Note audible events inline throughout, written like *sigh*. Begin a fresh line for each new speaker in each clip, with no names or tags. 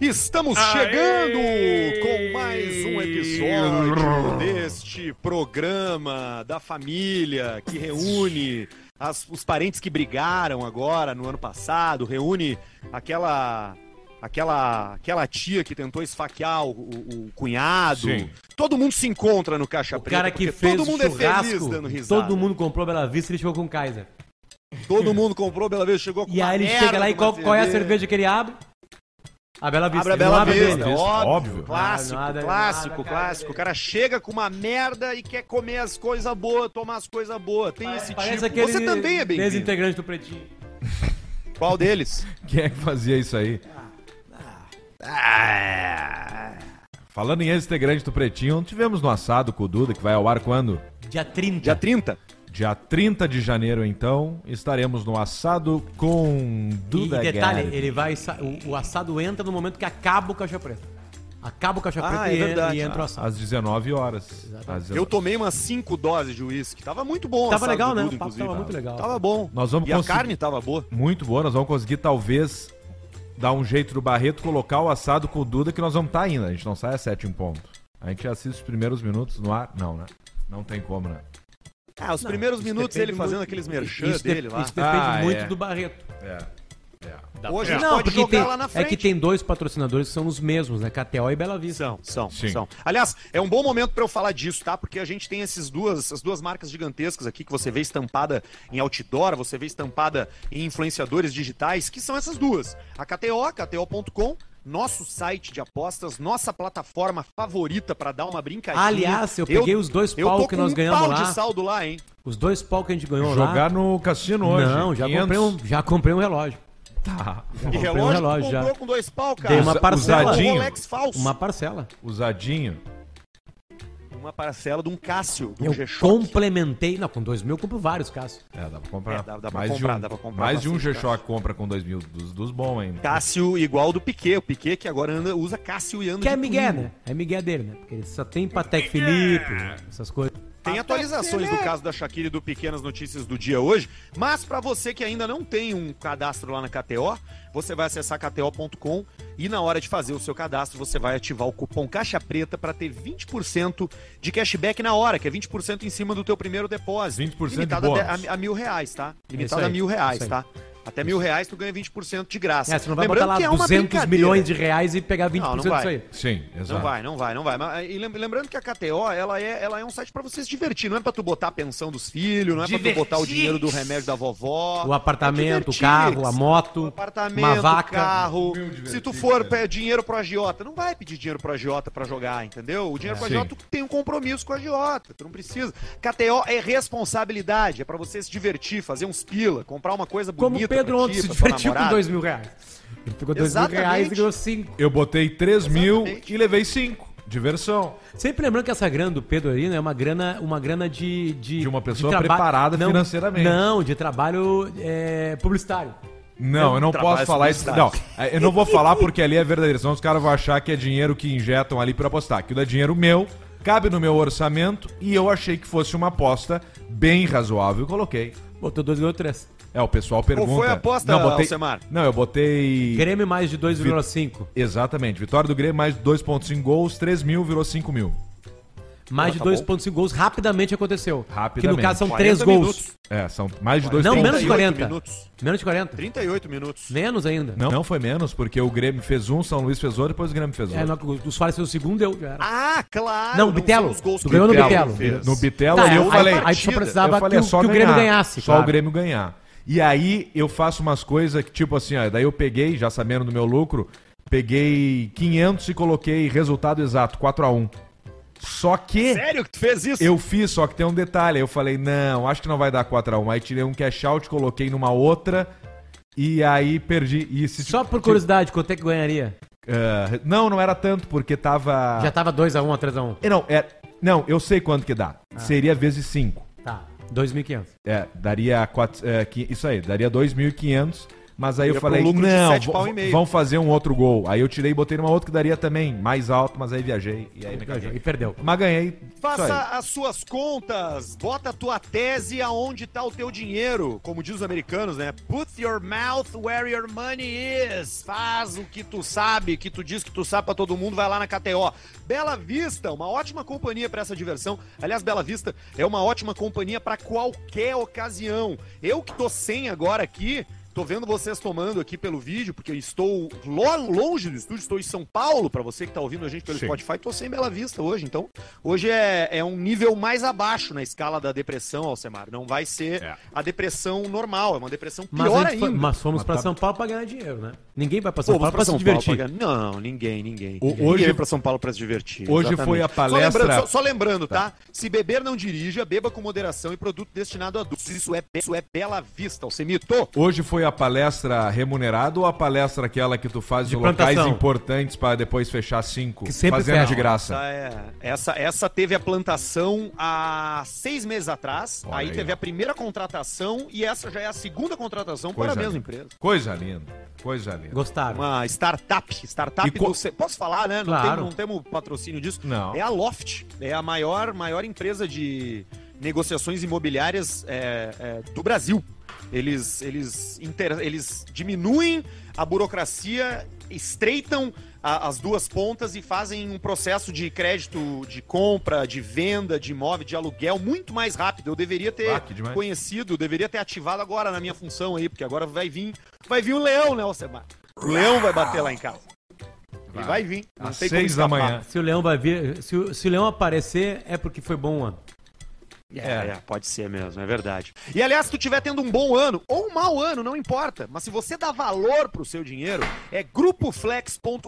Estamos
Aê!
chegando com mais um episódio deste programa da família que reúne as- os parentes que brigaram agora no ano passado, reúne aquela aquela aquela tia que tentou esfaquear o, o- o cunhado.
Sim.
Todo mundo se encontra no caixa
O
preta.
cara que
porque
fez
todo mundo
o
é feliz
churrasco,
dando risada.
todo mundo comprou Bela Vista e ele chegou com Kaiser.
Todo mundo comprou Bela Vez, chegou com
E
uma
aí ele
merda,
chega lá e
uma
qual, qual é a cerveja que ele abre? A Bela Vista.
Abre a
ele não
Bela
abre
Vista,
dele.
óbvio,
óbvio.
Clássico, clássico,
Ah, nada, nada, cara,
clássico.
velho.
o cara chega com uma merda e quer comer as coisas boas, tomar as coisas boas. Tem esse
Parece
tipo.
aquele
Você também é bem vindo
desintegrante do Pretinho.
Qual deles?
Quem é que fazia isso aí? Falando em ex-integrante do Pretinho, tivemos no assado com o Duda, que vai ao ar quando?
Dia 30.
Dia 30?
Dia 30 de janeiro, então, estaremos no assado com
E
é
Duda
detalhe,
Garbi.
ele vai. sa- O, o assado entra no momento que acaba o caixa preta. Acaba o caixa
Ah,
preta
é
e, en-
verdade.
e entra o assado.
Às 19 horas. Às 19.
Eu tomei umas 5 doses de uísque. Tava muito bom,
Tava
assado
legal,
do
né?
Duda,
O papo
inclusive.
tava muito legal.
Tava bom.
Nós vamos
e
conseguir-
a carne tava boa.
Muito boa, nós vamos conseguir talvez dar um jeito do Barreto colocar o assado com o Duda que nós vamos estar ainda. A gente não sai às 7 em ponto. A gente assiste os primeiros minutos no ar. Não, né? Não tem como, né?
Ah, os primeiros
Isso
minutos
depende
ele fazendo
muito-
aqueles merchan
isso de-
dele lá.
Isso depende
Ah,
muito
é.
do Barreto.
É.
Da-
Hoje
é.
a gente
não,
pode
porque
jogar
tem,
lá na
é que
frente.
tem dois patrocinadores que são os mesmos, né? KTO e Bela Vista.
São, são,
Sim.
são. Aliás, é um bom momento pra eu falar disso, tá? Porque a gente tem esses duas, essas duas marcas gigantescas aqui que você vê estampada em outdoor, você vê estampada em influenciadores digitais, que são essas duas. A KTO, KTO.com, nosso site de apostas, nossa plataforma favorita pra dar uma brincadinha.
Aliás, eu peguei os dois
eu
pau
tô
que
com
nós
um
ganhamos
pau
lá.
de saldo lá, hein?
Os dois pau que a gente ganhou
Jogar
lá.
no cassino hoje.
Não, já comprei, um, já comprei um relógio.
*laughs*
Tá.
Já
E
comprei
relógio,
um
tu
relógio já.
comprou com dois pau, cara.
Dei uma
Usa-
parcela.
Um
usadinho.
Rolex falso.
Uma parcela.
Usadinho.
Uma parcela de um Cássio, de um
Eu
G-Shock.
complementei. Não, com dois mil eu compro vários casos.
É, dá pra comprar.
É, dá- dá pra
mais
comprar,
de um,
dá pra comprar
Mais de um
bastante,
G-Shock compra com 2 mil dos, dos bons ainda.
Cássio igual do Piquet. O Piquet que agora anda, usa Cássio e anda
Que é
de
Miguel,
Hum.
Twingo.
né? É Miguel dele, né? Porque ele só tem Patek Felipe, né? essas coisas.
Tem atualizações do
é.
caso da Shakira e do Pequenas Notícias do dia hoje, mas para você que ainda não tem um cadastro lá na KTO, você vai acessar kto.com e na hora de fazer o seu cadastro, você vai ativar o cupom Caixa Preta para ter 20% de cashback na hora, que é 20% em cima do teu primeiro depósito.
20% de
Limitado
bônus.
até a, a mil reais, tá? Limitado
É isso
a
aí,
mil reais,
isso aí.
tá? Até mil reais tu ganha 20% de graça.
É, você não vai
Lembrando
botar
que
lá
é uma
200
brincadeira.
milhões de reais e pegar 20%
Não, não
disso
vai.
aí.
Sim, exato.
Não vai, não vai, não vai. Mas, e lem- lembrando que a KTO, ela é, ela é um site pra você se divertir. Não é pra tu botar a pensão dos filhos, não é pra tu botar o dinheiro do remédio da vovó.
O
É
apartamento, o carro, a
divertir.
moto,
O apartamento,
uma vaca.
o carro. Se tu for pe- dinheiro pro agiota, não vai pedir dinheiro pro agiota pra jogar, entendeu? O dinheiro pro
Sim.
agiota tu tem um compromisso com o agiota, tu não precisa. KTO é responsabilidade, é pra você se divertir, fazer uns pila, comprar uma coisa
Como
bonita
o Pedro
pra
ontem
ti,
se
pra tua
divertiu com
namorada.
2 mil reais. Ele pegou 2 mil
Exatamente.
reais e ganhou 5.
Eu botei 3 mil
Exatamente.
e levei 5. Diversão.
Sempre lembrando que essa grana do Pedro ali né, é uma grana, uma grana de, de.
De uma pessoa
traba-
preparada
não,
financeiramente.
Não, de trabalho é, publicitário.
Não, eu não
Trabalho
posso falar isso. Não,
publicitário.
eu não vou falar porque ali é verdadeiro, senão os caras vão achar que é dinheiro que injetam ali pra apostar. Aquilo é dinheiro meu, cabe no meu orçamento e eu achei que fosse uma aposta bem razoável e coloquei.
Botou 2 ganhou 3.
É, o pessoal pergunta.
foi a aposta,
não, botei...
Alcemar?
Não, eu botei.
Grêmio mais de 2,5.
Exatamente. Vitória do Grêmio mais 2,5 gols, 3 mil virou 5 mil.
Mais de
tá
2,5 gols rapidamente aconteceu.
Rapidamente.
Que no caso são 3
40
gols.
minutos.
É, são mais de 2,5
Não, menos
38
de 40.
minutos.
Menos de 40.
38 minutos.
Menos ainda.
Não, não foi menos, porque o Grêmio fez um, São Luís fez outro, depois o Grêmio fez
É,
outro.
não, o Soares fez o segundo, eu já era.
Ah, claro!
Não, Bitelo.
são os gols
Tu
que
ganhou no
o
Bitelo.
fez.
No Bitelo
Tá,
ali eu
aí-
falei.
Aí só precisava
eu falei,
que,
é
o-
só
que o
ganhar,
Grêmio ganhasse.
Só
claro.
o Grêmio ganhar. E aí eu faço umas coisas que, tipo assim, ó, daí eu peguei, já sabendo do meu lucro, peguei 500 e coloquei resultado exato, 4x1. Só que
Sério que tu fez isso?
eu fiz, só que tem um detalhe. Aí eu falei, não, acho que não vai dar 4x1. Aí tirei um cash out, coloquei numa outra e aí perdi. E se-
Só por curiosidade, quanto é que ganharia?
Ah, não, não era tanto, porque tava.
Já tava 2x1 ou 3x1.
Eh, Não, é... não, eu sei quanto que dá.
Ah.
Seria vezes 5.
Tá. 2.500.
eh, É, daria quatro, é, que- isso aí, daria 2.500. Mas aí eu
Ia pro
falei,
lucro de
não,
sete
vão-
pau e meio."
vão fazer um outro gol. Aí eu tirei e botei numa outra que daria também mais alto, mas aí viajei e aí me caguei.
E perdeu.
Mas ganhei. isso aí.
Faça as suas contas, bota a tua tese aonde tá o teu dinheiro, como diz os americanos, né? Put your mouth where your money is. Faz o que tu sabe, que tu diz que tu sabe pra todo mundo, vai lá na KTO. Bela Vista, uma ótima companhia pra essa diversão. Aliás, Bela Vista é uma ótima companhia pra qualquer ocasião. Eu que tô sem agora aqui, Tô vendo vocês tomando aqui pelo vídeo, porque estou lo- longe do estúdio, estou em São Paulo, pra você que tá ouvindo a gente pelo
Sim.
Spotify, tô sem Bela Vista hoje, então. Hoje é, é um nível mais abaixo na escala da depressão, Alcemar. Não vai ser
É.
a depressão normal, é uma depressão
Mas,
pior
a gente
ainda.
foi- mas fomos
Mas
pra
tá-
São Paulo pra ganhar dinheiro, né? Ninguém vai pra São
Pô, vamos
Paulo pra,
pra São
se
Paulo
divertir.
pra ganhar- Não, ninguém, ninguém.
O-
ninguém.
hoje-
Ninguém pra São Paulo pra se divertir.
Hoje foi a
Só
palestra-
lembrando- Só só lembrando, tá? Se beber, não dirija, beba com moderação e produto destinado a adultos. Isso é, isso é Bela Vista, Alcemito.
Hoje foi a palestra remunerada ou a palestra aquela que tu faz
De
em locais
plantação.
importantes pra depois fechar cinco?
Que sempre
fazendo
fecha.
de graça.
Essa, é- essa, essa teve a plantação há seis meses atrás.
Olha
aí
aí,
teve
ó.
a primeira contratação e essa já é a segunda contratação para
Coisa
a mesma
linda.
empresa.
Coisa linda, coisa linda.
Gostaram.
Uma startup. Startup
E co-
do se- Posso falar, né? Não,
Claro.
tem, não temos patrocínio disso.
Não.
É a Loft. É a maior, maior empresa de negociações imobiliárias é, é, do Brasil. Eles, eles, inter- eles diminuem a burocracia, estreitam a- as duas pontas e fazem um processo de crédito, de compra, de venda, de imóvel, de aluguel muito mais rápido. Eu deveria ter
Ah, que demais.
conhecido, deveria ter ativado agora na minha função aí, porque agora vai vir, vai vir o leão, né, Alcemar? O leão vai bater lá em casa. Ele vai vir. Não
Às
tem como
seis da
escapar.
manhã.
Se o Leão vai vir, se o, se o Leão aparecer, é porque foi bom o ano.
É, é, pode ser mesmo, é verdade. E aliás, se tu tiver tendo um bom ano ou um mau ano, não importa. Mas se você dá valor pro seu dinheiro, é grupoflex.com.br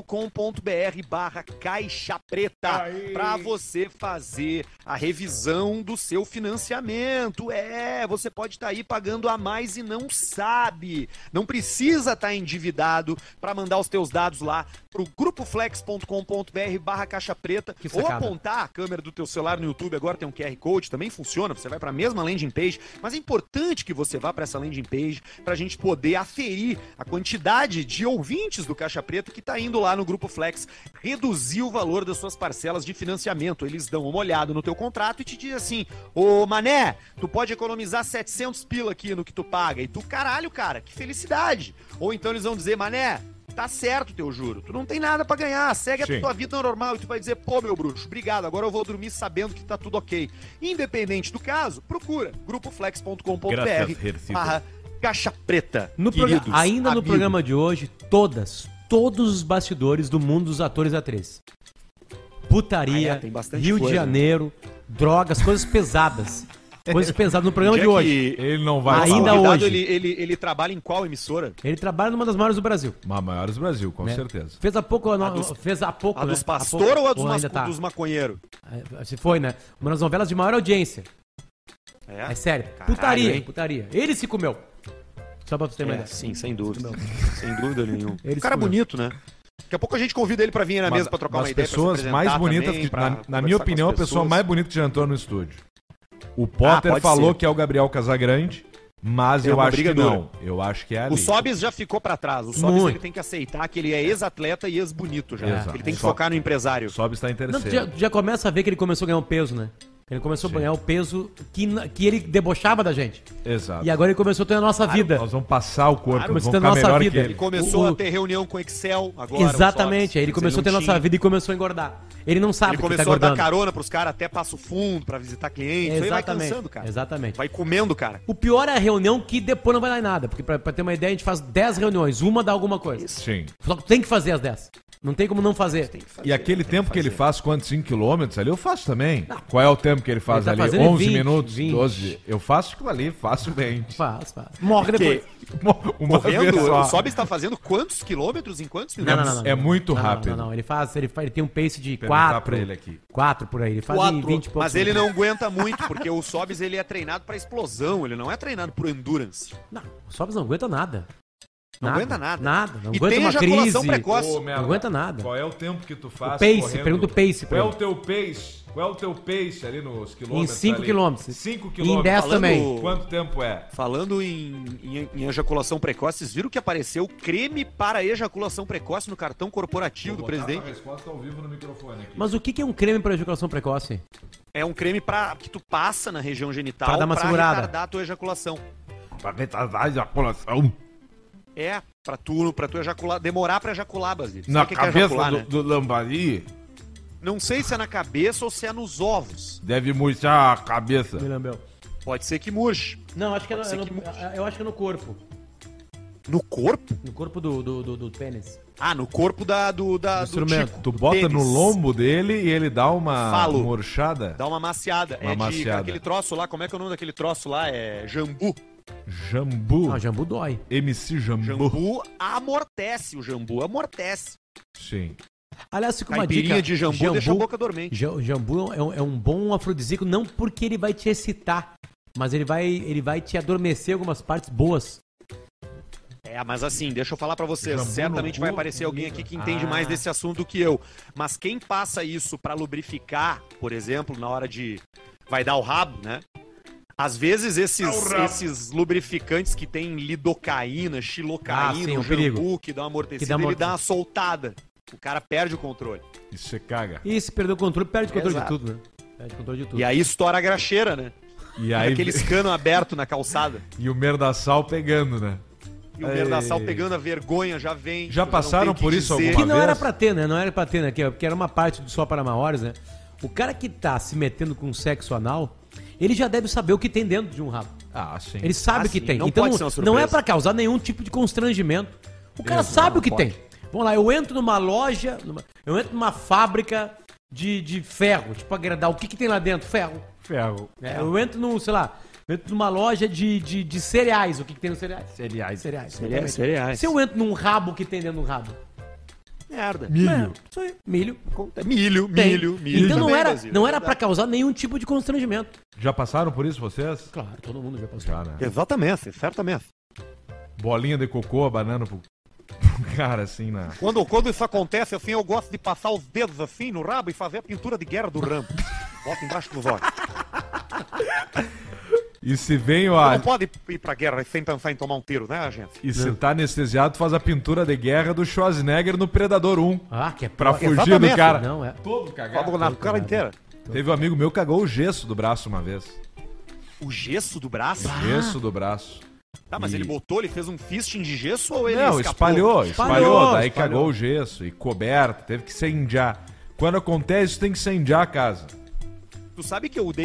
barra caixa preta pra você fazer a revisão do seu financiamento. É, você pode estar aí pagando a mais e não sabe. Não precisa estar endividado pra mandar os teus dados lá pro grupoflex.com.br barra caixa preta
Que
ou
sacada.
apontar apontar a câmera do teu celular no YouTube, agora tem um QR Code, também funciona, você vai para a mesma landing page, mas é importante que você vá para essa landing page para a gente poder aferir a quantidade de ouvintes do Caixa Preta que tá indo lá no Grupo Flex reduzir o valor das suas parcelas de financiamento. Eles dão uma olhada no teu contrato e te diz assim, ô Mané, tu pode economizar 700 pila aqui no que tu paga. E tu, caralho, cara, que felicidade. Ou então eles vão dizer, Mané, tá certo teu juro, tu não tem nada para ganhar, segue
Sim.
a tua vida normal e tu vai dizer, pô, meu bruxo, obrigado, agora eu vou dormir sabendo que tá tudo ok. Independente do caso, procura
Graças,
grupoflex.com.br
Hercílio.
barra caixa preta,
No progra-
queridos
ainda no
amigos.
programa de hoje, todas, todos os bastidores do mundo dos atores e atrizes. Putaria,
Ah, é, tem bastante
Rio de
coisa, né?
Janeiro, drogas,
*laughs*
coisas pesadas. coisas pesadas no programa
Onde é
de hoje.
que
Ele não vai
o
Ainda
falar.
convidado,
hoje. Né?
Ele, ele, ele trabalha em qual emissora?
Ele trabalha numa das maiores do Brasil.
Mas maiores do Brasil, com
né?
certeza.
Fez há pouco. não,
dos-
fez há pouco
A
né?
dos
Há
pastor
pouco,
ou a dos, mas,
ainda tá.
dos maconheiro?
É, Se foi, né? Uma das novelas de maior audiência. É sério.
Caralho,
putaria,
hein?
putaria. Ele se comeu. Só pra você ter uma
É,
ideia.
sim, sem dúvida. sem dúvida nenhuma.
né? Ele
O cara é
escolheu.
bonito, né? Daqui a pouco a gente convida ele pra vir aí na
Mas-
mesa É pra trocar
mas
uma ideia. pra se
pessoas
apresentar
mais bonitas,
também,
que-
pra
na- na,
conversar
minha
com as
opinião, a pessoa
pessoas. Ah,
mais bonita que já entrou no estúdio. O Potter
pode
falou
ser.
que é o Gabriel Casagrande, mas
Tem
eu
uma
acho que
briga dura.
não. Eu acho que é ali.
O Sobis já ficou pra trás. O Sobis
Muito.
ele tem que aceitar que ele é ex-atleta e ex-bonito já.
Exato.
Ele tem que
Só-
focar no empresário.
O Sobis está
Não,
interessado.
tu
é-
já, tu já começa a ver que ele começou a ganhar um peso, né? Ele começou a ganhar o peso que, n- que ele debochava da gente.
Exato.
E agora ele começou a ter a nossa vida.
Nós vamos passar o corpo,
Claro,
vamos
você tá
ficar
na nossa
melhor que
vida.
ele.
Ele começou
O-
a ter reunião com Excel agora. o Sobis.
Exatamente. Aí
Quer dizer,
ele começou a ter a
não
nossa
tinha.
vida e começou a engordar. Ele não sabe
Ele
que tá
começou a dar
engordando.
carona pros caras até Passo Fundo pra visitar clientes. Isso aí vai
Exatamente.
cansando, cara.
Exatamente.
Vai comendo, cara.
O pior é a reunião que depois não vai dar em nada. Porque pra, pra ter uma ideia, a gente faz 10 reuniões. Uma dá alguma coisa.
Sim.
Só que tem que fazer as 10. Não tem como não fazer.
E aquele tempo que ele faz, quantos? 5 quilômetros ali, eu faço também. Qual é o tempo que ele faz
Ele tá
ali?
fazendo
11
20,
minutos,
20.
12. Eu faço aquilo ali facilmente.
Faz, faz. Morre depois.
Uma *laughs* vez
Correndo,
só.
o Sobis tá fazendo quantos quilômetros em quantos
Não,
minutos?
não, não, não.
É muito
Não, não,
rápido.
Não, não, Ele faz, ele faz, ele tem um pace de
perguntar
4.
pra ele aqui.
4 por aí. Ele faz em
Quatro,
20 e poucos
mas ele
minutos.
não aguenta muito, porque o Sobis ele é treinado pra explosão, ele não é treinado pro endurance.
Não, o Sobs não aguenta nada.
Não aguenta nada.
Nada, não
E
aguenta
tem
uma
ejaculação
crise.
precoce.
Ô,
Não
merda,
aguenta nada.
Qual é o tempo que tu faz?
O pace, pergunta o pace pra
Qual é
ele.
o teu pace? Qual é o teu pace ali nos
Em
quilômetros?
5
ali?
quilômetros.
Cinco
Em
quilômetros.
10
Falando-
também.
Quanto tempo é?
Falando em, em- em ejaculação precoce, vocês viram que apareceu creme para ejaculação precoce no cartão corporativo do
Vou botar
presidente?
A resposta ao vivo no microfone aqui.
Mas o que que é um creme para ejaculação precoce?
É um creme para que tu passa na região genital
Pra dar uma segurada.
retardar a tua ejaculação.
Pra retardar a ejaculação
É, pra tu, pra tu ejacular, demorar pra ejacular, Basílio. Sabe
na
o que que é
cabeça
ejacular,
do,
né?
do lambari
Não sei se é na cabeça ou se é nos ovos.
deve murchar a cabeça.
Milambel.
Pode ser que murche.
Não, acho que é no,
Tá. Pode ser
é no-
que
é- eu acho que é no corpo.
No corpo?
No corpo do, do, do, do pênis.
Ah, no corpo da, do, da, do
instrumento.
tico,
Tu
do
bota no
pênis.
lombo dele e ele dá uma
Falo.
murchada.
Dá uma maciada.
Uma
é de
maciada.
aquele troço lá, como é que é o nome daquele troço lá? É jambu.
Jambu.
Ah, jambu dói.
MC Jambu.
Jambu amortece o jambu, amortece.
Sim.
Aliás, fica uma
Caipirinha
dica.
de jambu, deixa um a boca dormente.
Ja- Jambu é um, é um bom afrodisíaco, não porque ele vai te excitar, mas ele vai, ele vai te adormecer algumas partes boas.
É, mas assim, deixa eu falar pra vocês,
Jambu no
certamente vai
cu,
aparecer alguém aqui que entende
Ah.
mais desse assunto do que eu. Mas quem passa isso pra lubrificar, por exemplo, na hora de vai dar o rabo, né? Às vezes esses, esses lubrificantes que tem lidocaína,
Ah, sim,
xilocaína,
um
o
perigo.
jambu, que dá uma amortecida,
Que dá amorte-
ele dá uma soltada. O cara perde o controle.
Isso você caga.
E se perder o controle, perde o controle
Exato.
de tudo, né? Perde o controle de tudo.
E aí estoura a graxeira, né?
E aí *laughs*
*laughs* Aqueles cano aberto na calçada.
e o merdaçal pegando, né?
E o
Ei.
merdaçal pegando a vergonha, É. já vem.
Já
não
passaram
tem o que
por isso
dizer.
alguma
Que não
vez?
era pra ter, né? Não era pra ter, né? Que- Porque era uma parte do Só para Maiores, né? O cara que tá se metendo com sexo anal, ele já deve saber o que tem dentro de um rabo.
Ah, sim.
Ele sabe
Ah,
o que
sim,
tem.
não
então
pode ser uma surpresa.
não é pra causar nenhum tipo de constrangimento. O cara sabe o que tem. Vamos lá, eu entro numa loja, numa- eu entro numa fábrica de, de ferro, tipo agradar. O que, que tem lá dentro? Ferro.
Ferro.
né?
É.
Eu entro num, sei lá, eu entro numa loja de, de, de cereais. O que, que tem nos cereais?
Cereais.
Cereais.
Cereais,
exatamente.
cereais.
Se eu entro num rabo, o que tem dentro de um rabo?
Merda.
Milho.
É, isso aí, milho.
É Milho,
Tem.
milho, milho.
Então não
também,
era,
Basílio.
não era pra causar nenhum tipo de constrangimento.
Já passaram por isso vocês?
Claro, todo mundo já passou.
Já, né?
Exatamente, certamente.
Bolinha de cocô, banana pro, *laughs* pro cara assim na.
Quando, quando isso acontece, assim, eu gosto de passar os dedos assim no rabo e fazer a pintura de guerra do
*laughs*
ramo. Bota embaixo dos olhos.
E se vem,
Você
ó.
Não pode ir pra guerra sem pensar em tomar um tiro, né, gente?
E se tá anestesiado, faz a pintura de guerra do Schwarzenegger no Predador 1.
Ah, que é
Pra
pior.
fugir
exatamente.
do cara.
Não, é.
Todo
Falou na cara
né?
inteira.
Teve um amigo meu que cagou o gesso do braço uma vez.
O gesso do braço?
Gesso do braço.
Tá, mas
E-
ele botou, ele fez um fisting de gesso ou ele
Não,
escapou?
espalhou, espalhou,
Espalhou,
Daí
espalhou.
cagou o gesso e coberto, teve que incendiar. Quando acontece, tem que incendiar a casa.
Tu sabe que eu dei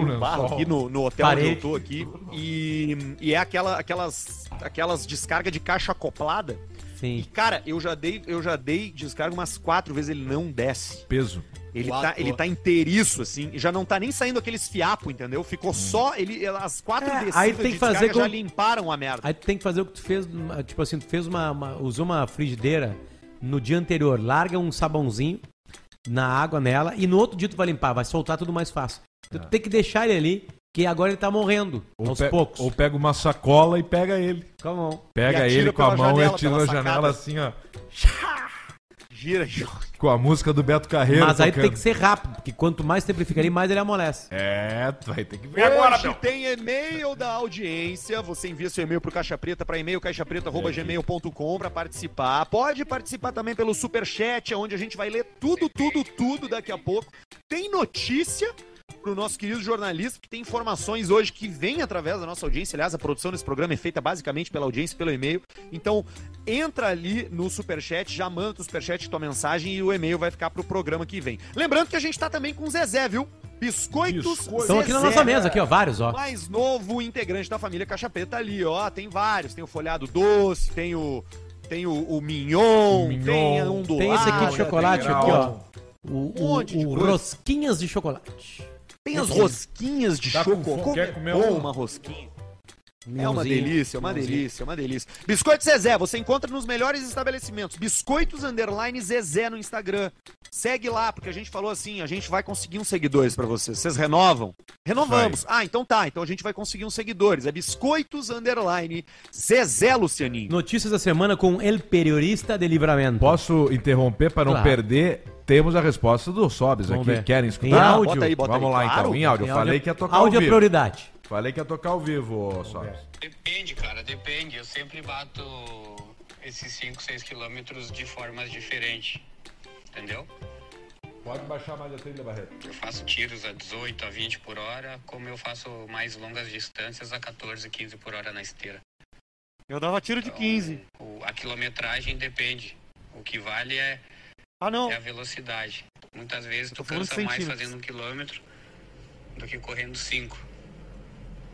um, dei
né?
um barro
Só.
aqui no, no hotel
Parede.
onde eu tô aqui e, e é aquela, aquelas, aquelas descarga de caixa acoplada. E,
Sim.
cara, eu já dei, eu já dei descarga umas quatro vezes, ele não desce.
Peso.
Ele tá, ele tá inteiriço, assim, e já não tá nem saindo aqueles fiapos, entendeu? Ficou só. Ele, as quatro
Hum. É,
descidas
aí tem que fazer
descarga já
com-
limparam a merda.
Aí tu tem que fazer o que tu fez, uma- tipo assim, tu fez uma, uma- usou uma frigideira no dia anterior, larga um sabãozinho na água nela e no outro dia tu vai limpar, vai soltar tudo mais fácil. Então
É.
tu tem que deixar ele ali, que agora ele tá morrendo, aos
pe-
poucos.
ou pega uma sacola e pega ele.
Com a mão.
E
Pega
atira
ele com a
pela
mão e
janela,
atira
pela
na janela
sacada.
assim, ó.
Gira, gira.
Com a música do Beto Carreiro.
Mas aí tu
tocando.
tem que ser rápido, porque quanto mais tempo ele fica ali, mais ele amolece.
É, tu vai ter que ver
Agora, Hoje tem e-mail da audiência. Você envia seu e-mail pro Caixa Preta, pra e-mail caixapreta.gmail.com pra participar. Pode participar também pelo Superchat, onde a gente vai ler tudo, tudo, tudo daqui a pouco. Tem notícia pro nosso querido jornalista, que tem informações hoje que vem através da nossa audiência. Aliás, a produção desse programa é feita basicamente pela audiência, e pelo e-mail. Então, entra ali no Superchat, já manda o Superchat tua mensagem e o e-mail vai ficar pro programa que vem. Lembrando que a gente tá também com o Zezé, viu? Biscoitos
Biscoitos.
Estão aqui na
Zezé.
nossa mesa, aqui, ó, vários, ó.
Mais novo integrante da família Caixa Preta ali, ó. Tem vários. Tem o folhado doce, tem o. Tem o, o mignon,
Mignon.
tem um a ondulada.
Tem esse aqui de chocolate,
tem,
aqui,
a-
ó. O,
Um monte de
o- o
coisa.
rosquinhas de chocolate.
Tem as rosquinhas de
Tá com
chocolate.
fome? Quer comer
Ou
uma?
uma rosquinha. É uma
Limãozinho,
delícia, é uma
limãozinho.
delícia, é uma delícia. Biscoito Zezé, você encontra nos melhores estabelecimentos. Biscoitos Underline Zezé no Instagram. Segue lá, porque a gente falou assim, a gente vai conseguir uns seguidores pra vocês. Vocês renovam? Renovamos. Ah, então tá, então a gente vai conseguir uns seguidores. É Biscoitos Underline Zezé, Lucianinho.
Notícias da semana com El Periodista de Livramento.
Posso interromper para não
Claro.
perder? Temos a resposta dos Sobes
Vamos
aqui.
ver.
Querem
Em
escutar?
áudio.
bota aí, bota
Vamos
aí.
lá
Claro.
então, em áudio.
Em
Eu falei que ia tocar
áudio
ao
é
vivo.
prioridade.
Falei que ia tocar ao vivo, ô Sobes.
Depende, cara, depende. Eu sempre bato esses 5, 6 quilômetros de formas diferentes. Entendeu?
Pode baixar mais a trilha, Barreto.
Eu faço tiros a 18, a 20 por hora, como eu faço mais longas distâncias a 14, 15 por hora na esteira. Então,
Eu dava tiro de 15.
O- a quilometragem depende. O que vale é,
Ah, não.
é a velocidade. Muitas vezes
tô
tu
falando
cansa mais
centímetros.
fazendo um quilômetro do que correndo 5.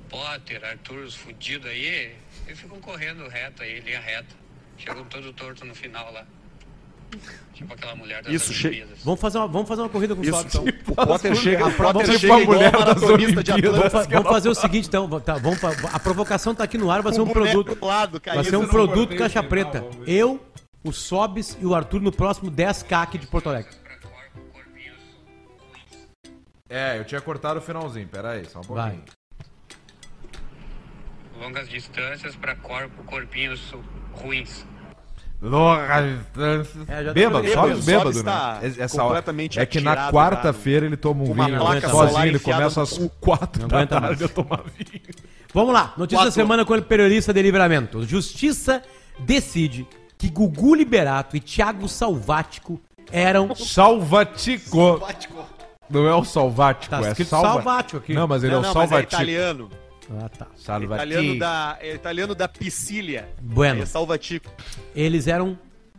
Potter, Arthur, os fudidos aí, eles ficam correndo reto aí, linha reta. Chegam todo torto no final lá. Tipo aquela mulher das
Isso, che-
Olimpíadas.
Vamos fazer uma, vamos fazer uma corrida com o Sobes, *laughs* então.
o Tipo, Potter chega, o Potter
Tipo
chega
a
igual
mulher das
maratonista de
Olimpíadas.
Atlanta.
Vamos, fa- vamos fazer o seguinte, então. va- tá, vamos fa- a provocação tá aqui no ar, vai ser um produto.
lado, cara.
Vai ser um
não
produto
cortei,
caixa
tá,
preta.
vamos ver.
Eu, o Sobes e o Arthur no próximo 10K aqui de Porto Alegre.
É, eu tinha cortado o finalzinho. Pera aí, só um
Vai.
pouquinho.
Longas distâncias para corpo, corpinhos su- ruins.
Longa distância.
É, já tá
bêbado,
bêbado.
Sobes
Bêbado
bêbado,
está
né? Es- Essa hora.
completamente
É que na
atirado,
quarta-feira ele toma um
Uma
vinho
placa
sozinho,
solar
ele
enfiada
começa
no
às quatro da
aguenta
tarde a tomar vinho.
Vamos lá, notícia
Quatro.
da semana com o periodista de livramento. Justiça decide que Gugu Liberato e Thiago Salvático
*laughs*
eram.
é
Salvatico. Não é o Salvático,
Tá
é
escrito
Salva...
Salvático aqui.
Não, mas ele
Não,
é o
não, mas é
Salvatico.
italiano.
Ah, tá.
Italiano
Salvatico.
da, é italiano da Piscília.
Bueno.
É Salvatico.
Eles eram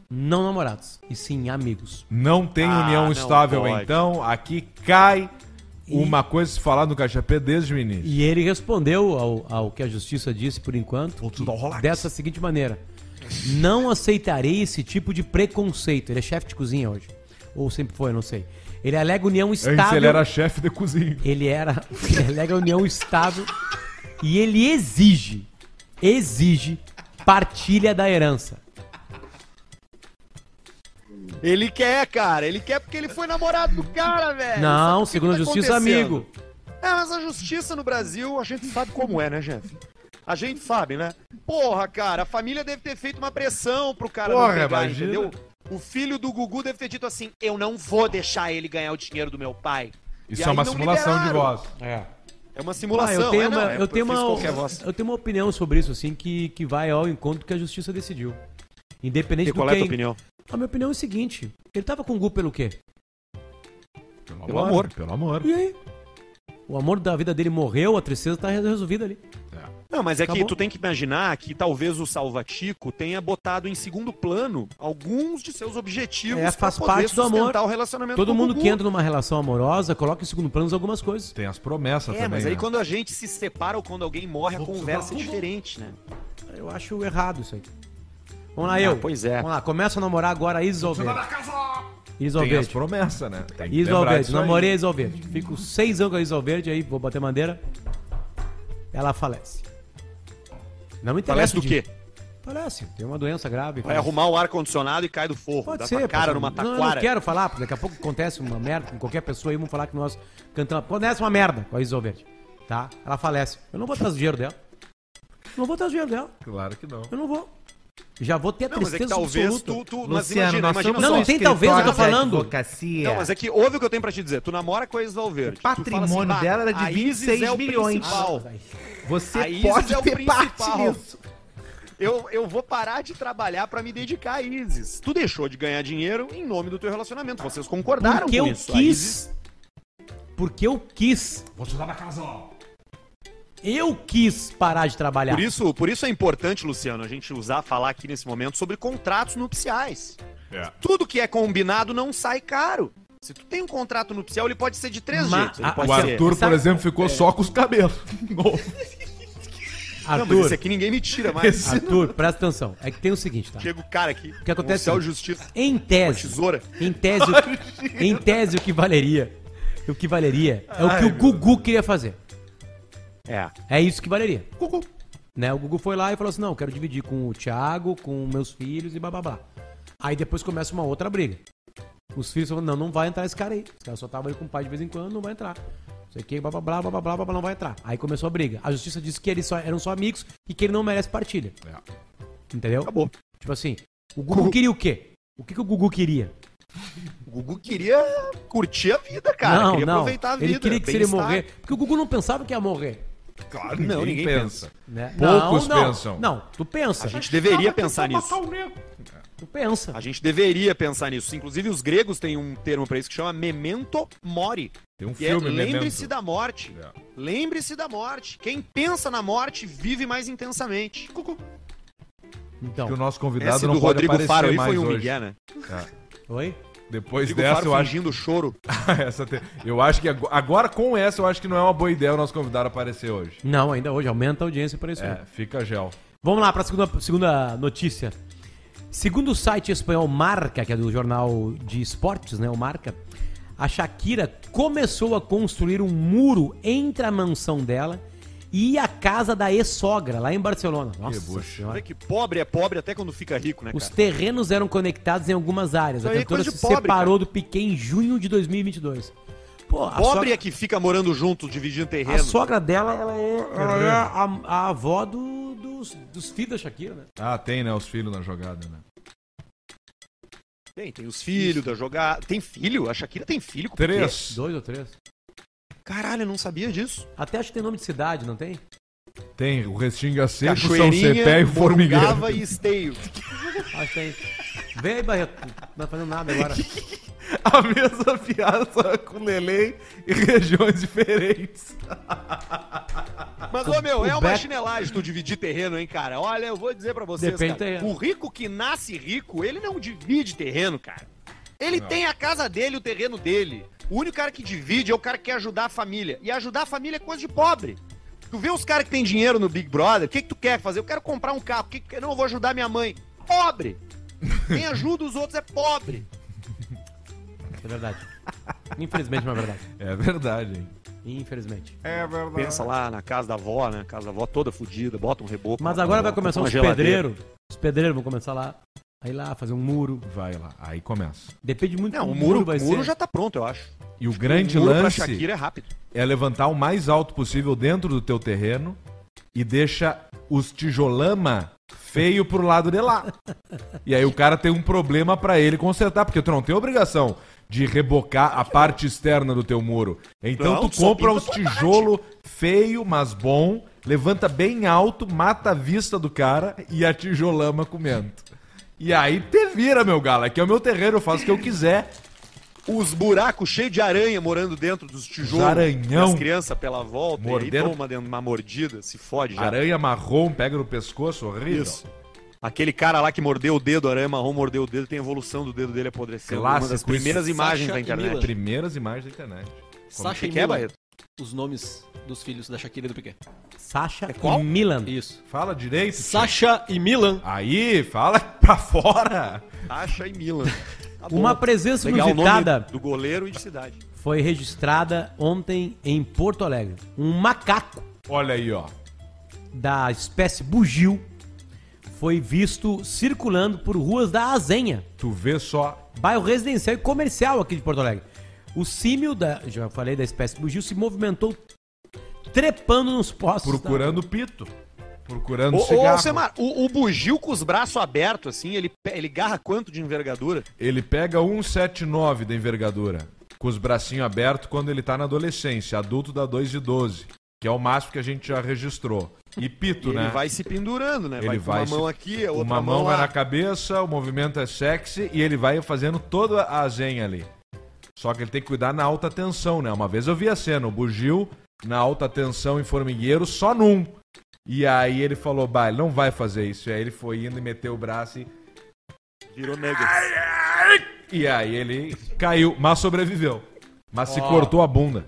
não namorados, e sim amigos.
Não tem
Ah,
união
não
estável,
pode.
então aqui cai
E-
uma coisa a se falar no Caixa P desde o início.
E ele respondeu ao, ao que a justiça disse por enquanto
Outro dá o rolax.
dessa seguinte maneira: Não aceitarei esse tipo de preconceito. Ele é chefe de cozinha hoje. Ou sempre foi, não sei. Ele alega união
Antes
estável.
ele era chefe de cozinha.
Ele era. *laughs* Ele alega união estável. E ele exige. Exige partilha da herança.
Ele quer, cara. Ele quer porque ele foi namorado do cara, velho. É, Sabe
não,
o que
segundo a
que tá
justiça,
acontecendo?
amigo.
É, mas a justiça no Brasil, a gente sabe como é, né, gente? A gente sabe, né? Porra, cara, a família deve ter feito uma pressão pro cara
Porra, imagina.
O filho do Gugu deve ter dito assim: eu não vou deixar ele ganhar o dinheiro do meu pai.
Isso
E
é
aí
uma
não
simulação de
liberaram.
voz.
É uma
Ah,
simulação.
eu tenho
é, não,
uma,
é,
eu tenho
fiz
uma,
qualquer voz.
eu tenho uma opinião sobre isso assim que que vai ao encontro do que a justiça decidiu. Independente
é
do quem.
é opinião?
A minha opinião é o seguinte, ele tava com o Gu pelo quê?
Pelo,
Pelo
amor.
amor.
Pelo amor.
E aí? O amor da vida dele morreu, a tristeza tá resolvida ali.
Não, mas é
Acabou.
que tu tem que imaginar que talvez o Salvatico tenha botado em segundo plano alguns de seus objetivos
É,
pra
faz
poder
parte do amor.
sustentar o relacionamento
Todo
com o
mundo
Gugu.
que entra numa relação amorosa coloca em segundo plano algumas coisas.
Tem as promessas
É,
também.
mas aí
né?
quando a gente se separa ou quando alguém morre, a
Vou
conversa é
precisar-
diferente, né?
Eu acho errado isso aí. Vamos lá, eu.
pois é.
Vamos lá, começa a namorar agora a tipo. Isis Alves. Isis
Tem as
Alves.
promessas, né? Tem que
Isis
lembrar
Alverde,
disso aí.
namorei a Isis Alverde. Fico seis anos com a Isis Alverde, aí vou bater madeira. Ela falece. Não me interessa.
Parece do
de-
quê?
Falece. Tem uma doença grave.
Vai
falece.
arrumar o ar-condicionado e cai do forro.
Pode
dá
ser.
tua cara
pode-
numa
Não, eu
taquara.
não quero falar, porque daqui a pouco acontece uma merda com qualquer pessoa aí, vão falar que nós cantamos. Acontece uma merda com a Isis Alverde. Tá? Ela falece. Eu não vou atrás do dinheiro dela. Não vou atrás do dinheiro dela.
Claro que não.
Eu não vou. Já vou ter a
Não, mas é que
tristeza
talvez
absoluta.
tu, tu- Mas
Luciano,
imagina,
nós
imagina
somos
Não,
um
não
só.
tem talvez, eu tô
escritório de
falando.
Advocacia.
Não, mas é que ouve o que eu tenho pra te dizer. Tu namora com a Isis Valverde.
O
Tu fala assim,
patrimônio
"Bah,
dela era de
a Isis
26
é o
milhões."
principal.
Você
a Isis
pode
é o
ter parte
principal.
nisso.
Eu, eu vou parar de trabalhar pra me dedicar a Isis. Tu deixou de ganhar dinheiro em nome do teu relacionamento. Vocês concordaram
Porque
com
eu
isso. A Isis-
quis. Porque eu quis. Vou te dar na casa. Eu quis parar de trabalhar.
Por isso, por isso é importante, Luciano, a gente usar falar aqui nesse momento sobre contratos nupciais.
É.
Tudo que é combinado não sai caro. Se tu tem um contrato nupcial, ele pode ser de três
Mas-
jeitos. Ele
a-
pode
O
ser...
Arthur, por
Sabe-
exemplo, ficou só com os cabelos. *laughs*
Não, mas
Arthur,
esse aqui ninguém me tira mais. Ah,
Arthur, presta atenção. É que tem o seguinte, tá?
Chega o cara aqui. O
que acontece-
Um oficial de justiça,
Em
uma
tese,
tesoura.
em tese,
*laughs*
o- em tese o que valeria, o que valeria é o que o Gugu queria fazer.
É.
É isso que valeria. Né? O Gugu foi lá e falou assim: não, eu quero dividir com o Thiago, com meus filhos e blá blá blá. Aí depois começa uma outra briga. Os filhos falam, não, não vai entrar esse cara aí. Esse cara só tava aí com o pai de vez em quando, não vai entrar. Não sei o que, blá blá blá, blá blá blá, blá, blá, não vai entrar. Aí começou a briga. A justiça disse que eles só, eram só amigos e que ele não merece partilha. Entendeu?
É. Acabou.
Tipo assim, o Gugu queria o quê? O que, que o Gugu queria?
O Gugu queria curtir a vida, cara. queria aproveitar a vida.
Ele queria que se ele
bem-estar.
morrer. Porque o Gugu não pensava que ia morrer.
Claro, Ah, não, ninguém pensa.
Né?
Poucos
não, não.
pensam.
Não, tu pensa.
A gente deveria pensar nisso.
Tu pensa.
A gente deveria pensar nisso. Inclusive, os gregos têm um termo pra isso que chama memento mori.
Tem um
Que é
filme
lembre-se da morte.
É.
Lembre-se da morte. Quem pensa na morte vive mais intensamente. Cucu.
Então,
que o nosso
Esse
convidado
do
não pode
Rodrigo
aparecer
Faro aí
mais
foi um
hoje.
migué,
É.
né?
oi?
Depois
Rodrigo
dessa,
Faro
eu acho,
fingindo choro.
*laughs* essa te- eu acho que ago- agora com essa, eu acho que não é uma boa ideia o nosso convidado aparecer hoje.
Não, ainda hoje aumenta a audiência por isso.
É, fica gel.
Vamos lá para a segunda, segunda notícia. Segundo o site espanhol Marca, que é do jornal de esportes, né, o Marca, a Shakira começou a construir um muro entre a mansão dela e a casa da ex-sogra, lá em Barcelona. Nossa
bucha.
Olha
senhora.
que pobre é pobre até quando fica rico, né,
Os
cara?
terrenos eram conectados em algumas áreas. A
Isso aí é
cantora
coisa
se
de pobre,
separou do Piquet em junho de 2022. Pô, a
Pobre
sogra-
é que fica morando junto, dividindo
a
terreno.
sogra dela, ela é, ela é a, a avó do- dos, dos filhos da Shakira, né?
Ah, tem, né? Os filhos na jogada, né?
Tem, tem os filhos da jogada. Tem filho? A Shakira tem filho com o Piquet?
Três.
Dois ou três.
Caralho, eu não sabia disso.
Até acho que tem nome de cidade, não tem?
Tem o Restinga Seco, São Cepé e o Formigueiro.
Morungava e Esteio.
Acho que tem. Vem aí, Barreto. Não tá fazendo nada agora.
A mesma piada só com Lele e regiões diferentes.
Mas, ô meu,
Então, o
é uma
Beto-
chinelagem tu dividir terreno, hein, cara? Olha, eu vou dizer pra vocês, cara,
Depende do terreno.
o rico que nasce rico, ele não divide terreno, cara. Ele tem a casa dele, o terreno dele. O único cara que divide é o cara que quer ajudar a família. E ajudar a família é coisa de pobre. Tu vê os caras que têm dinheiro no Big Brother, o que, que tu quer fazer? Eu quero comprar um carro. O que que- Não, eu vou ajudar minha mãe. Pobre! Quem ajuda os outros é pobre.
É verdade. Infelizmente, não é verdade.
*laughs* É verdade, hein?
Infelizmente.
É verdade.
*laughs* Pensa lá na casa da avó, né? Casa da avó toda fodida, bota um reboco.
Mas
bota
agora
uma-
vai começar
uma
os
tá geladeira.
pedreiros. Os pedreiros vão começar lá. Aí lá, fazer um muro.
Vai lá, aí começa.
Depende muito
Não,
do
o muro,
vai
o muro
ser.
já tá pronto, eu acho.
E o grande
o muro
lance
pra Shakira é rápido.
é levantar o mais alto possível dentro do teu terreno e deixa os tijolama feio pro lado de lá. E aí o cara tem um problema pra ele consertar, porque tu não tem obrigação de rebocar a parte externa do teu muro. Então
Não,
tu
tu só
compra
pinta
uns
tua
tijolo feio, mas bom, levanta bem alto, mata a vista do cara e a tijolama comendo. E aí te vira, meu galo, aqui é o meu terreno, eu faço o que eu quiser.
Os buracos cheios de aranha morando dentro dos tijolos.
Os aranhão.
E As crianças pela volta. E aí
Mordendo.
toma dentro- uma mordida, se fode já.
Aranha marrom, pega no pescoço, horrível.
Isso. Aquele cara lá que mordeu o dedo, aranha marrom mordeu o dedo, tem evolução do dedo dele apodrecendo.
Clássico,
uma das
isso.
primeiras imagens
Sacha
da
e
internet.
Milan.
Primeiras imagens da internet.
Sacha
que
e
que é,
Milan,
Barreto?
os nomes dos filhos da Shakira e do Piquet.
Sacha
qual?
e Milan.
Isso.
Fala direito.
Sacha e Milan.
Aí, fala *laughs* pra fora.
Acha e Milan. Tá bom.
Uma presença
Legal o
inusitada
nome do goleiro e de cidade.
foi registrada ontem em Porto Alegre. Um macaco
Olha aí, ó.
da espécie bugio foi visto circulando por ruas da Azenha,
Tu vê só.
bairro residencial e comercial aqui de Porto Alegre. O símio da, já falei da espécie bugio, se movimentou trepando nos postes.
Procurando pito. Procurando
Ô, ô,
cigarro.
Alcemar, o, o bugio com os braços abertos, assim, ele, pe- ele garra quanto de envergadura?
Ele pega 179 da envergadura. Com os bracinhos abertos quando ele tá na adolescência. Adulto dá 2 de 12. Que é o máximo que a gente já registrou. E pito,
ele
né?
vai se pendurando, né?
Ele
com
vai
uma
se-
mão aqui, a outra
Uma mão
lá.
vai na cabeça, o movimento é sexy e ele vai fazendo toda a zenha ali. Só que ele tem que cuidar na alta tensão, né? Uma vez eu vi a cena, o Bugil na alta tensão em Formigueiro, só num. E aí ele falou, bah, ele não vai fazer isso. E aí ele foi indo e meteu o braço e...
Virou negro.
E aí ele caiu, mas sobreviveu. Mas se cortou a bunda.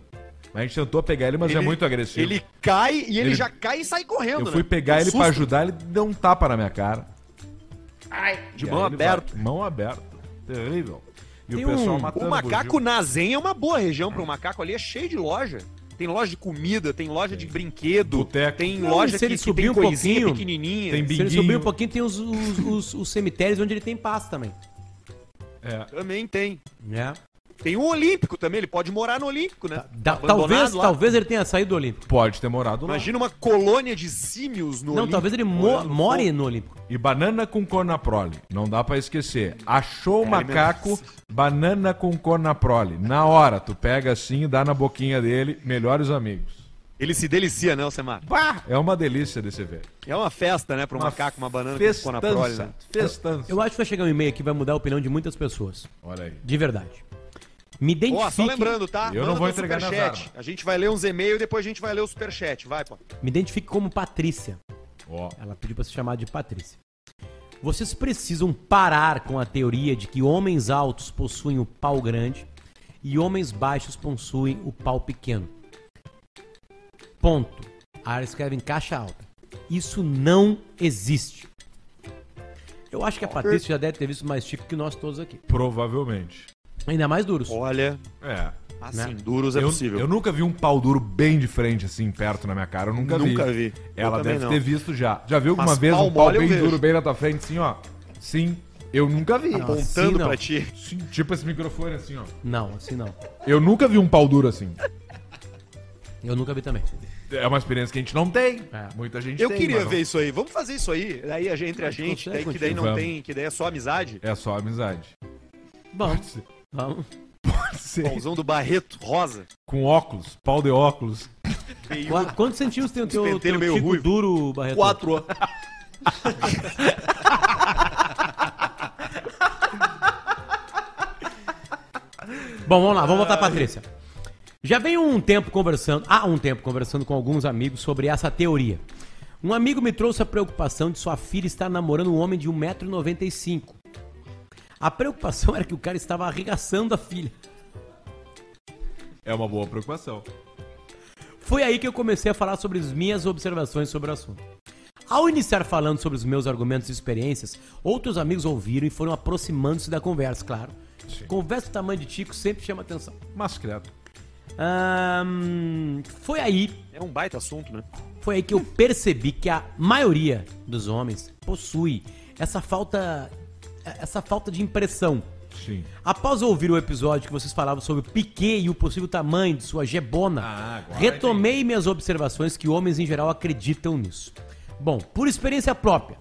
Mas a gente tentou pegar ele, mas é
Ele-
muito agressivo.
Ele cai e ele,
Ele-
já cai e sai correndo,
Eu
né?
fui pegar
Um
ele
susto.
pra ajudar, ele deu um tapa na minha cara.
De
E
é
mão
aí ele vai-
aberta.
Mão aberta. Terrível. E
Tem
o pessoal
um-
matando
O
Bugil.
macaco na zen é uma boa região para um macaco ali, é cheio de loja. Tem loja de comida, tem loja de brinquedo,
Boteco.
tem
Não,
loja
se ele
que, que
subir
tem
um
coisinha
pouquinho,
pequenininha.
tem
Se ele
Binguinho.
subir um pouquinho, tem os, os, os- os cemitérios onde ele tem paz também.
É.
Também tem.
É.
Tem o Olímpico também, ele pode morar no Olímpico, né?
Da-
Abandonado
Tá, talvez,
lá.
talvez ele tenha saído do Olímpico.
Pode ter morado lá.
Imagina uma colônia de símios no
Não,
Olímpico.
talvez ele mo-
morando no
more no Olímpico.
E banana com cornaprole. Não dá pra esquecer. Achou
É
o macaco, banana com cornaprole. Na hora, tu pega assim, dá na boquinha dele, melhores amigos.
Ele se delicia, né, Alcemar?
Bah, é uma delícia desse ver.
É uma festa, né, pra um
Uma
macaco, uma banana
festança,
com prole, né?
Festança.
Eu acho que vai chegar um e-mail que vai mudar a opinião de muitas pessoas.
Olha aí.
De verdade. Me identifique.
Ó, só lembrando, tá?
Eu não vou
teu
entregar nas
superchat.
armas.
A gente vai ler uns e-mails e depois a gente vai ler o superchat. Vai, pô.
Me identifique como Patrícia.
Ó,
Ela pediu pra se chamar de Patrícia. Vocês precisam parar com a teoria de que homens altos possuem o pau grande e homens baixos possuem o pau pequeno. Ponto. A área escreve em caixa alta. Isso não existe. Eu acho que a Patrícia já deve ter visto mais Chico que nós todos aqui.
provavelmente.
Ainda mais duros.
Olha,
É.
assim, duros é
Eu,
possível.
eu nunca vi um pau duro bem de frente, assim, perto na minha cara. Eu nunca,
Nunca
vi.
vi.
Ela
Eu também
deve
não.
ter visto já. Já viu alguma
Mas
vez
pau
um pau
mole eu
bem
vejo.
duro bem na tua frente, assim, ó? Sim. Eu nunca vi.
Apontando
Assim não.
pra ti.
Sim, tipo esse microfone, assim, ó.
Não, assim não.
Eu nunca vi um pau duro assim.
Eu nunca vi também.
É uma experiência que a gente não tem.
É.
Muita gente
Eu
tem.
queria
mas não-
ver isso aí. Vamos fazer isso aí. Daí a gente, entre a
Mas
gente,
consegue,
daí que daí
continua.
não
Vamos.
tem, que daí é só amizade.
É só amizade.
Vamos, vamos.
Sim.
Pauzão É do Barreto, rosa.
Com óculos, pau de óculos.
Qua- Quantos centímetros tem o teu,
Esse
teu
pentelho meio
tico
ruivo.
duro, Barreto? Bom, vamos lá, vamos voltar pra Patrícia. Já venho um tempo conversando, há um tempo conversando com alguns amigos sobre essa teoria. Um amigo me trouxe a preocupação de sua filha estar namorando um homem de 1,95m. A preocupação *laughs* era que o cara estava arregaçando a filha.
É uma boa preocupação.
Foi aí que eu comecei a falar sobre as minhas observações sobre o assunto. Ao iniciar falando sobre os meus argumentos e experiências, outros amigos ouviram e foram aproximando-se da conversa, claro. Conversa do tamanho de Tico sempre chama atenção.
Mas credo.
Ahn, foi aí,
É um baita assunto, né?
foi aí que eu percebi que a maioria dos homens possui essa falta, essa falta de impressão.
Sim.
Após ouvir o episódio que vocês falavam sobre o Piquet e o possível tamanho de sua gebona,
Ah, agora
retomei minhas observações que homens em geral acreditam nisso. Bom, por experiência própria,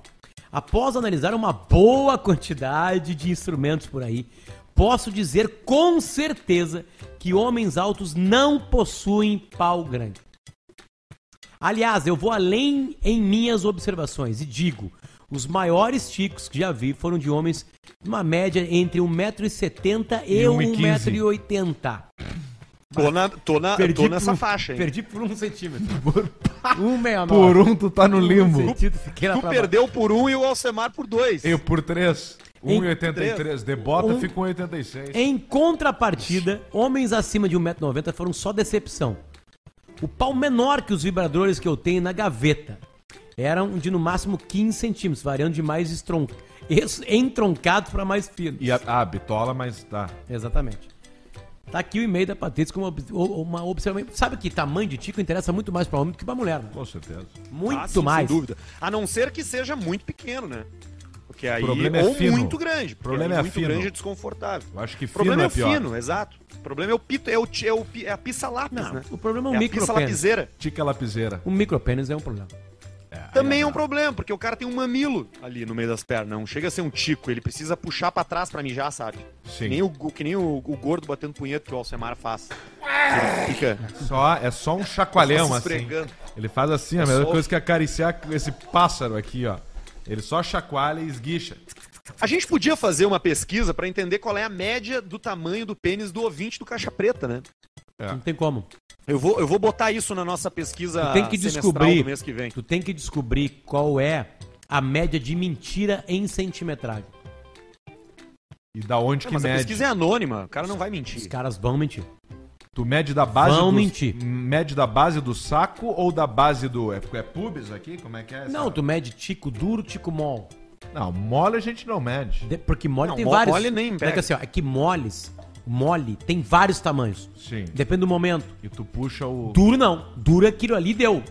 após analisar uma boa quantidade de instrumentos por aí, posso dizer com certeza que homens altos não possuem pau grande. Aliás, eu vou além em minhas observações e digo: os maiores ticos que já vi foram de homens, uma média entre 1,70m e
E 1,15.
1,80m.
Tô, na, tô, na, tô nessa faixa, hein?
Perdi por um centímetro. *laughs* um meia
Por um, tu tá no limbo.
Tu perdeu por um e o Alcemar por dois.
Eu por três.
Em-
1,83. De bota,
Um-
fica 1,86.
Em contrapartida, homens acima de 1,90m foram só decepção. O pau menor que os vibradores que eu tenho na gaveta eram de no máximo 15 centímetros, variando de mais estron... es- entroncados para mais finos.
E a, ah, bitola, mas tá.
Exatamente. Tá aqui o e-mail da Patrícia com uma, ob- o- uma observação. Sabe que tamanho de tico interessa muito mais pra homem do que pra mulher, né?
Com certeza.
Muito
Ah, sim,
mais.
Sem dúvida. A não ser que seja muito pequeno, né? Porque aí,
O problema é
ou
fino.
muito grande.
O
porque
problema
aí
é
muito
fino.
grande e desconfortável.
Eu acho que
O problema é,
fino é pior.
fino, exato. O problema é o pito, é, o, ti- é, o, pi- é a pizza lápis,
Não,
né?
o problema é o
é a
micro
pizza
pênis.
lapiseira.
Tica lapiseira.
O micro pênis é um problema.
Também é um problema, porque o cara tem um mamilo ali no meio das pernas. Não chega a ser um tico, ele precisa puxar pra trás pra mijar, sabe?
Sim.
Que nem, o, que nem o, o gordo batendo punheta que o Alcemar faz. Ele fica...
Só, é só um chacoalhão
Só se
assim.
esfregando.
Ele faz assim, a mesma
só-
coisa que acariciar esse pássaro aqui, ó. Ele só chacoalha e esguicha.
A gente podia fazer uma pesquisa pra entender qual é a média do tamanho do pênis do ouvinte do Caixa Preta, né?
É.
Não tem como.
Eu vou, eu vou botar isso na nossa pesquisa
Tu tem
Tá
que
semestral
descobrir.
do mês que vem.
Tu tem que descobrir qual é a média de mentira em centimetragem.
E da onde
É,
que
mas a
mede?
pesquisa é anônima, o cara não vai mentir.
Os caras vão mentir.
Tu mede da base
Vão
do
mentir.
mede da base do saco ou da base do é, é pubis aqui? Como é que é? essa-
Não, tu mede tico duro, tico mol.
Não, mole a gente não mede.
De- Porque mole
Não,
tem
mo-
vários.
mole nem
Não é
pega.
que assim, ó, é que moles mole, tem vários tamanhos.
Sim.
Depende do momento.
E tu puxa o.
Duro não. Duro é aquilo ali deu.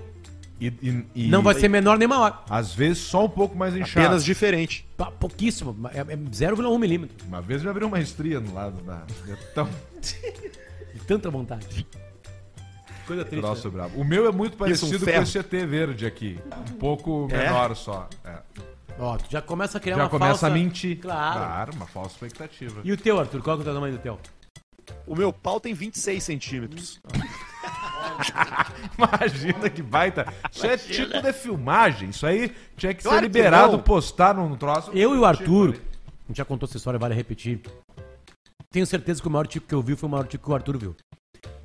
E, e- e-
Não vai ser menor nem maior.
Às vezes só um pouco mais
é
inchado.
Apenas diferente.
Pa- Pouquíssimo. É, é 0,1 milímetro.
Uma vez já abriu uma estria no lado da. Então,
De tanta vontade. Coisa triste. né?
troço brabo. O meu é
um
muito parecido com
ferro.
esse ET verde aqui. Um pouco menor só. É.
né? Ó, tu já começa a criar
Já
uma
começa
falsa...
a mentir.
Claro.
uma falsa expectativa. *laughs*
E o teu, Arthur? Qual que é o teu tamanho do teu?
O meu pau tem 26 centímetros.
Imagina que baita. Isso é tipo de filmagem. Isso aí tinha que
Claro
ser
que
liberado,
não.
postar num troço.
Eu e o Arthur,
Tipo,
a gente já contou essa história, vale repetir. Tenho certeza que o maior tico que eu vi foi o maior tico que o Arthur viu.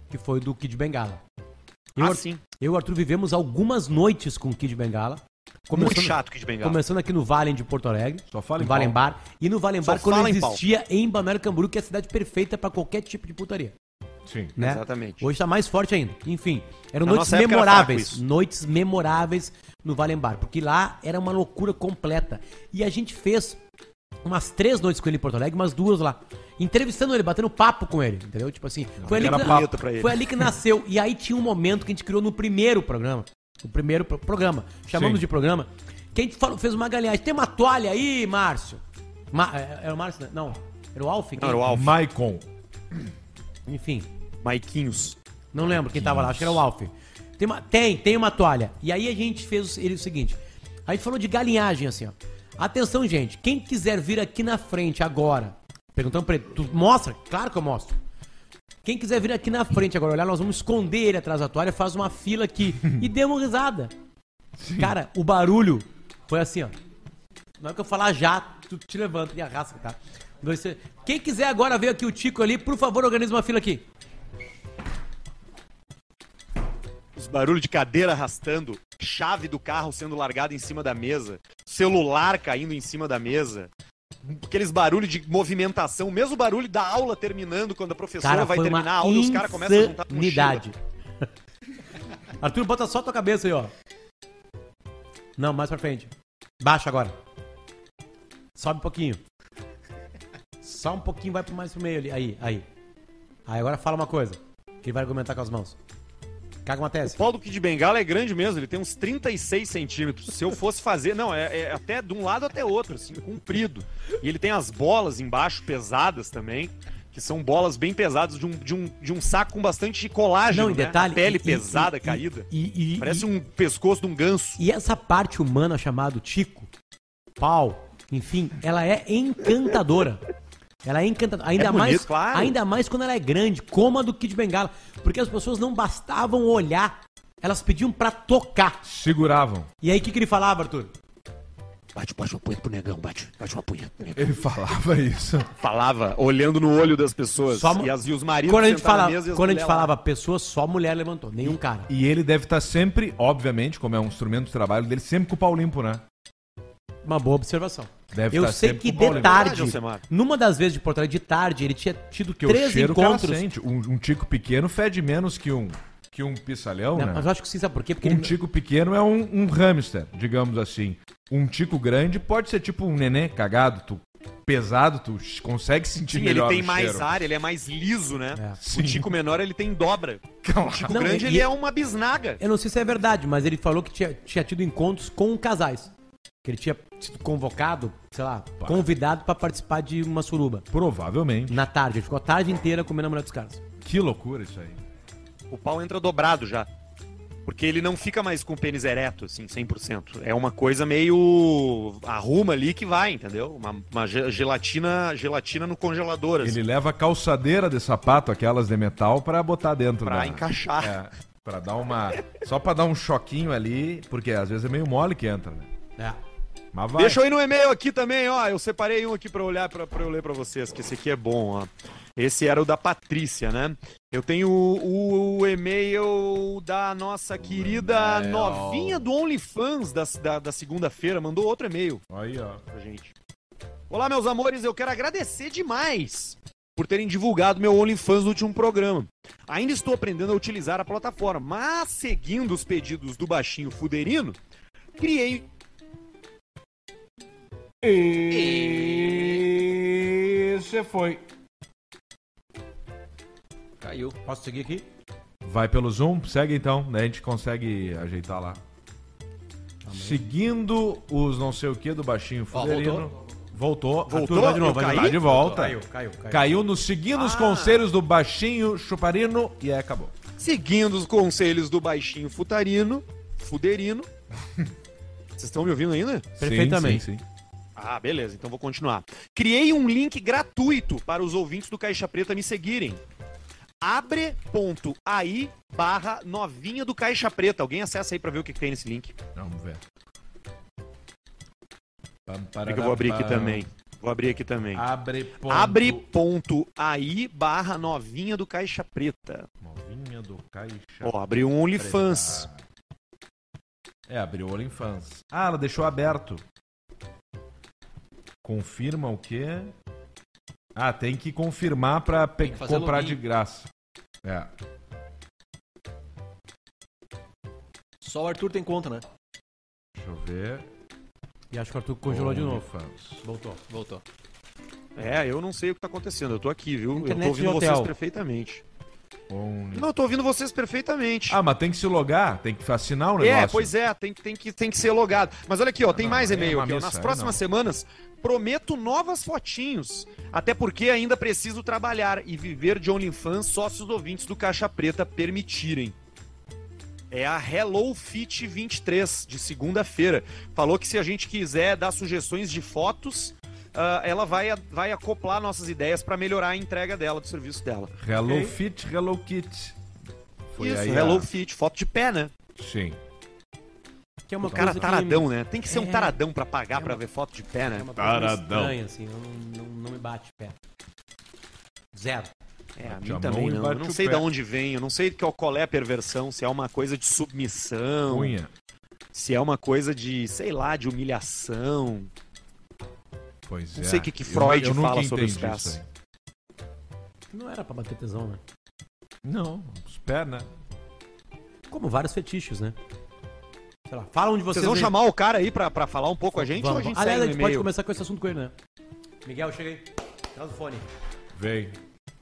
Que foi do Kid Bengala. Eu,
Ah, sim.
eu e o Arthur vivemos algumas noites com o Kid Bengala.
Muito chato que de bengala.
Começando aqui no Valen de Porto Alegre.
Só fala
no
em
Valen
pau.
Bar. E no Valen
Só
Bar, quando
fala em pau.
existia em Balneário Camboriú, que é a cidade perfeita pra qualquer tipo de putaria.
Sim.
Né?
Exatamente.
Hoje tá mais forte ainda. Enfim, eram
Na
noites
nossa época era
memoráveis.
fraco isso.
noites memoráveis no Valen Bar. Porque lá era uma loucura completa. E a gente fez umas três noites com ele em Porto Alegre, umas duas lá. Entrevistando ele, batendo papo com ele, entendeu? Tipo assim, foi ali,
era
que,
papo pra ele.
foi ali que nasceu. E aí tinha um momento que a gente criou no primeiro programa. O primeiro pro- programa. Chamamos
Sim.
de programa. Que a gente falou, fez uma galinhagem. Tem uma toalha aí, Márcio? Ma- é- era o Márcio, né? Não. Era o Alf?
Não, era o Alf.
Maicon.
Enfim.
Maiquinhos.
Não lembro quem tava lá, acho que era o Alf. Tem, uma, tem, tem uma toalha. E aí a gente fez o- ele o seguinte. Aí falou de galinhagem, assim, ó. Atenção, gente. Quem quiser vir aqui na frente agora. Perguntando pra ele. Tu mostra? Claro que eu mostro. Quem quiser vir aqui na frente agora olhar, nós vamos esconder ele atrás da toalha, faz uma fila aqui. E demos risada. Cara, o barulho foi assim, ó. Na hora que eu falar já, tu te levanta e arrasta, tá? Um, dois, três. Quem quiser agora ver aqui o Tico ali, por favor, organiza uma fila aqui.
Os barulhos de cadeira arrastando, chave do carro sendo largada em cima da mesa, celular caindo em cima da mesa. Aqueles barulhos de movimentação, o mesmo barulho da aula terminando, quando a professora
Cara,
vai
foi
terminar
uma
a aula e os caras começam a juntar
insanidade. *laughs* Arthur, bota só a tua cabeça aí, ó. Não, mais pra frente. Baixa agora. Sobe um pouquinho. Só um pouquinho, vai pro mais pro meio ali. Aí, aí. Aí agora fala uma coisa. Que ele vai argumentar com as mãos. Caga uma tese.
O pau do Kid Bengala é grande mesmo, ele tem uns 36 centímetros. Se eu fosse fazer, não, é, é até de um lado até outro, assim, comprido. E ele tem as bolas embaixo pesadas também, que são bolas bem pesadas de um, de um, de um saco com bastante colágeno,
Não, em
né?
detalhe.
A pele
e- e-
pesada,
e-
caída.
E, e,
Parece
e,
um pescoço de um ganso.
e essa parte humana chamada Tico, pau, enfim, ela é encantadora. Ela é encantadora. Ainda,
É bonito,
mais,
claro.
ainda mais quando ela é grande, como a do Kid Bengala. Porque as pessoas não bastavam olhar, elas pediam pra tocar.
Seguravam.
E aí, o que, que ele falava, Arthur?
Bate, bate uma punheta pro negão, bate, bate uma punheta pro negão.
Ele falava isso.
Falava, olhando no olho das pessoas.
Só mo-
e, as, e os maridos
Quando a gente
sentaram na
falava,
mesa e as
quando a gente
mulheres lá.
falava pessoa, só mulher levantou, nenhum cara.
E ele deve estar sempre, obviamente, como é um instrumento de trabalho dele, sempre com o pau limpo, né?
Uma boa observação.
Deve
eu
tá
sei
sempre
que
com o pau
de
limpo.
tarde,
Verdade, Alcemar.
numa das vezes de Porto Alegre, de tarde, ele tinha tido
Porque o
três
cheiro o cara
encontros.
sente. Um, um tico pequeno fede menos que um, que um pissalhão,
Né?
né?
Mas eu acho que sim, sabe por quê? Porque
Um
ele,
tico pequeno é um, um hamster, digamos assim. Um tico grande pode ser tipo um nenê cagado, tu pesado, tu ch- consegue sentir
Sim, ele
melhor
tem
o
mais
cheiro.
área, ele é mais liso, né?
Sim.
O tico menor, ele tem dobra.
Claro.
O tico
É, Não,
grande,
e-
ele é uma bisnaga.
Eu não sei se é verdade, mas ele falou que tinha, tinha tido encontros com casais. Que ele tinha sido convocado, sei lá, convidado pra participar de uma suruba.
Provavelmente.
Na tarde, ele ficou a tarde inteira comendo a mulher dos caras.
Que loucura isso aí.
O pau entra dobrado já. Porque ele não fica mais com o pênis ereto, assim, 100%. É uma coisa meio... Arruma ali que vai, entendeu? Uma, uma ge- gelatina, gelatina no congelador, assim,
Ele leva a calçadeira de sapato, aquelas de metal, pra botar dentro.
pra
da-
encaixar. *laughs*
É, pra dar uma. Só pra dar um choquinho ali, porque às vezes é meio mole que entra, né?
É.
Mas vai.
Deixa eu ir no e-mail aqui também, ó. Eu separei um aqui pra olhar pra, pra eu ler pra vocês, que esse aqui é bom, ó. Esse era o da Patrícia, né? Eu tenho o, o e-mail da nossa querida
e-mail.
novinha do OnlyFans da, da, da segunda-feira. Mandou outro e-mail
Aí, ó.
pra gente. Olá, meus amores, eu quero agradecer demais por terem divulgado meu OnlyFans no último programa. Ainda estou aprendendo a utilizar a plataforma, mas seguindo os pedidos do baixinho fuderino, criei
E você foi.
Ah, Caiu.
Posso seguir aqui?
Vai pelo Zoom, segue então, né? A gente consegue ajeitar lá. Seguindo os não sei o que do baixinho Fuderino. Voltou. Voltou,
Voltou?
vai de novo,
Eu
vai de
caí?
novo.
Tá de volta.
Caiu,
Caiu,
caiu, caiu.
nos seguindo
Ah.
os conselhos do baixinho Chuparino e aí acabou.
Seguindo os conselhos do baixinho futarino, fuderino. Vocês estão me ouvindo ainda?
Perfeitamente.
Sim, sim, sim.
Ah, beleza, então vou continuar. Criei um link gratuito para os ouvintes do Caixa Preta me seguirem. abre.ai barra novinha do Caixa Preta. Alguém acessa aí pra ver o que, que tem nesse link.
Vamos ver. Pam,
Peraí
parará,
que eu vou abrir aqui
pam.
também. Vou abrir aqui também.
Ah,
Abre. ponto.
Abre.ai barra novinha do Caixa Preta.
Novinha do caixa.
Ó, abriu um OnlyFans.
É, abriu o OnlyFans. Ah, ela deixou aberto. Confirma o quê? Ah, tem que confirmar pra pe-
que fazer
comprar
login.
de graça. É.
Só o Arthur tem conta, né?
Deixa eu ver.
E acho que o Arthur congelou de novo.
OnlyFans.
Voltou.
Voltou.
É, eu não sei o que tá acontecendo. Eu tô aqui, viu? eu
Internet
tô
de
ouvindo
hotel.
vocês perfeitamente.
Only-
Não, eu tô ouvindo vocês perfeitamente.
Ah, mas tem que se logar, tem que assinar o negócio.
É, pois é, tem, tem, que, tem que ser logado. Mas olha aqui, ó, tem
não,
mais
aí é
e-mail
uma
aqui. ó.
missa,
Nas
aí
próximas
não.
semanas, prometo novas fotinhos. Até porque ainda preciso trabalhar e viver de OnlyFans só se os ouvintes do Caixa Preta permitirem. É a Hello Fit 23, de segunda-feira. Falou que se a gente quiser dar sugestões de fotos, ah, ela vai, vai acoplar nossas ideias pra melhorar a entrega dela, do serviço dela.
Hello
Ok.
Fit, Hello Kit. Foi
é. Isso,
aí.
Hello
a-
Fit, foto de pé, né?
Sim.
Que é uma
O cara
coisa que-
taradão, né? Tem que ser um
É.
taradão pra pagar pra ver foto de pé,
É
né?
uma coisa meio
Taradão.
estranha, assim. eu não, não, não me bate pé. Zero.
É, a
Bate a
mim também
mão e
não. Eu
bate
não
o
sei
pé.
de onde vem, eu não sei que- qual é a perversão, se é uma coisa de submissão,
Unha.
se é uma coisa de, sei lá, de humilhação.
Pois
Não
é.
sei o que que
Eu-
Freud
eu nunca
fala sobre os
entendi
pés.
isso aí.
Não era pra bater tesão, né?
Não, os pés, né?
Como vários fetiches, né? Sei lá,
um
fala onde vocês...
Vocês vão
aí.
chamar o cara aí pra, pra falar um pouco a gente
Vamos,
ou a gente
vamos. Aliás, a
segue no
gente pode
e-mail?
começar com esse assunto com ele, né? Miguel, chega aí. Traz o fone.
Veio.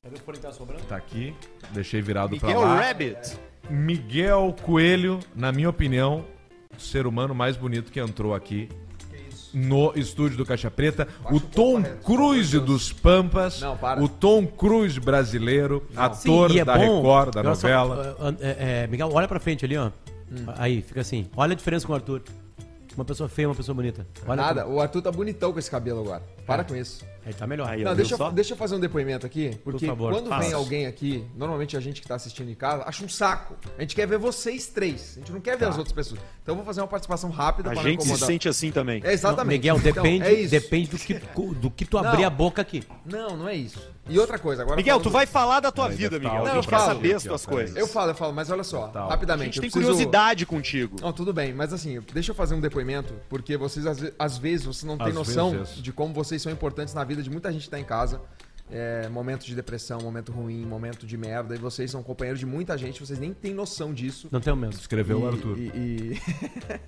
Cadê o fone que tá sobrando?
Tá aqui. Deixei virado pra
Miguel
lá.
Rabbit.
Miguel Coelho, na minha opinião, o ser humano mais bonito que entrou aqui no estúdio do Caixa Preta.
um
o Tom Cruise dos Pampas.
Não, para.
O Tom Cruise brasileiro,
Sim,
ator
e é
da
bom-
Record, da
Olha só,
novela.
é, é, é, Miguel, olha pra frente ali, ó. Aí, fica assim. Olha a diferença com o Arthur. Uma pessoa feia, uma pessoa bonita. Olha
Nada, o Arthur tá bonitão com esse cabelo agora. Para com isso.
como- Aí tá melhor.
Aí, ó.
Não,
viu
deixa,
É. só?
eu, deixa eu fazer um depoimento aqui, porque
favor,
quando
faça.
vem alguém aqui, normalmente a gente que tá assistindo em casa, acha um saco. A gente quer ver vocês três, a gente não quer ver as outras pessoas. Então eu vou fazer uma participação rápida
Tá. A
pra
gente
não
se
incomodar.
sente assim também.
É, exatamente.
Miguel,
Então,
depende,
é isso.
depende do que, tu- do que tu abrir
Não.
a boca aqui.
Não, não é isso. E outra coisa, agora.
Miguel, tu
falando-
vai falar da tua vida,
deve tá
Miguel.
áudio
a gente
pra
quer
áudio
saber as
aqui, ó,
tuas
peraí.
coisas.
Eu falo, eu falo, mas olha só,
Total.
A
rapidamente.
gente
eu
tem
preciso-
curiosidade contigo.
Não, tudo bem, mas assim, deixa eu fazer um depoimento, porque vocês, às, ve- às vezes, vocês não têm
Às
noção
vezes.
de como vocês são importantes na vida de muita gente que tá em casa. É, momento de depressão, momento ruim, momento de merda, e vocês são companheiros de muita gente, vocês nem têm noção disso.
Não tenho medo.
Escreveu o
E-
Arthur.
e- e- *laughs*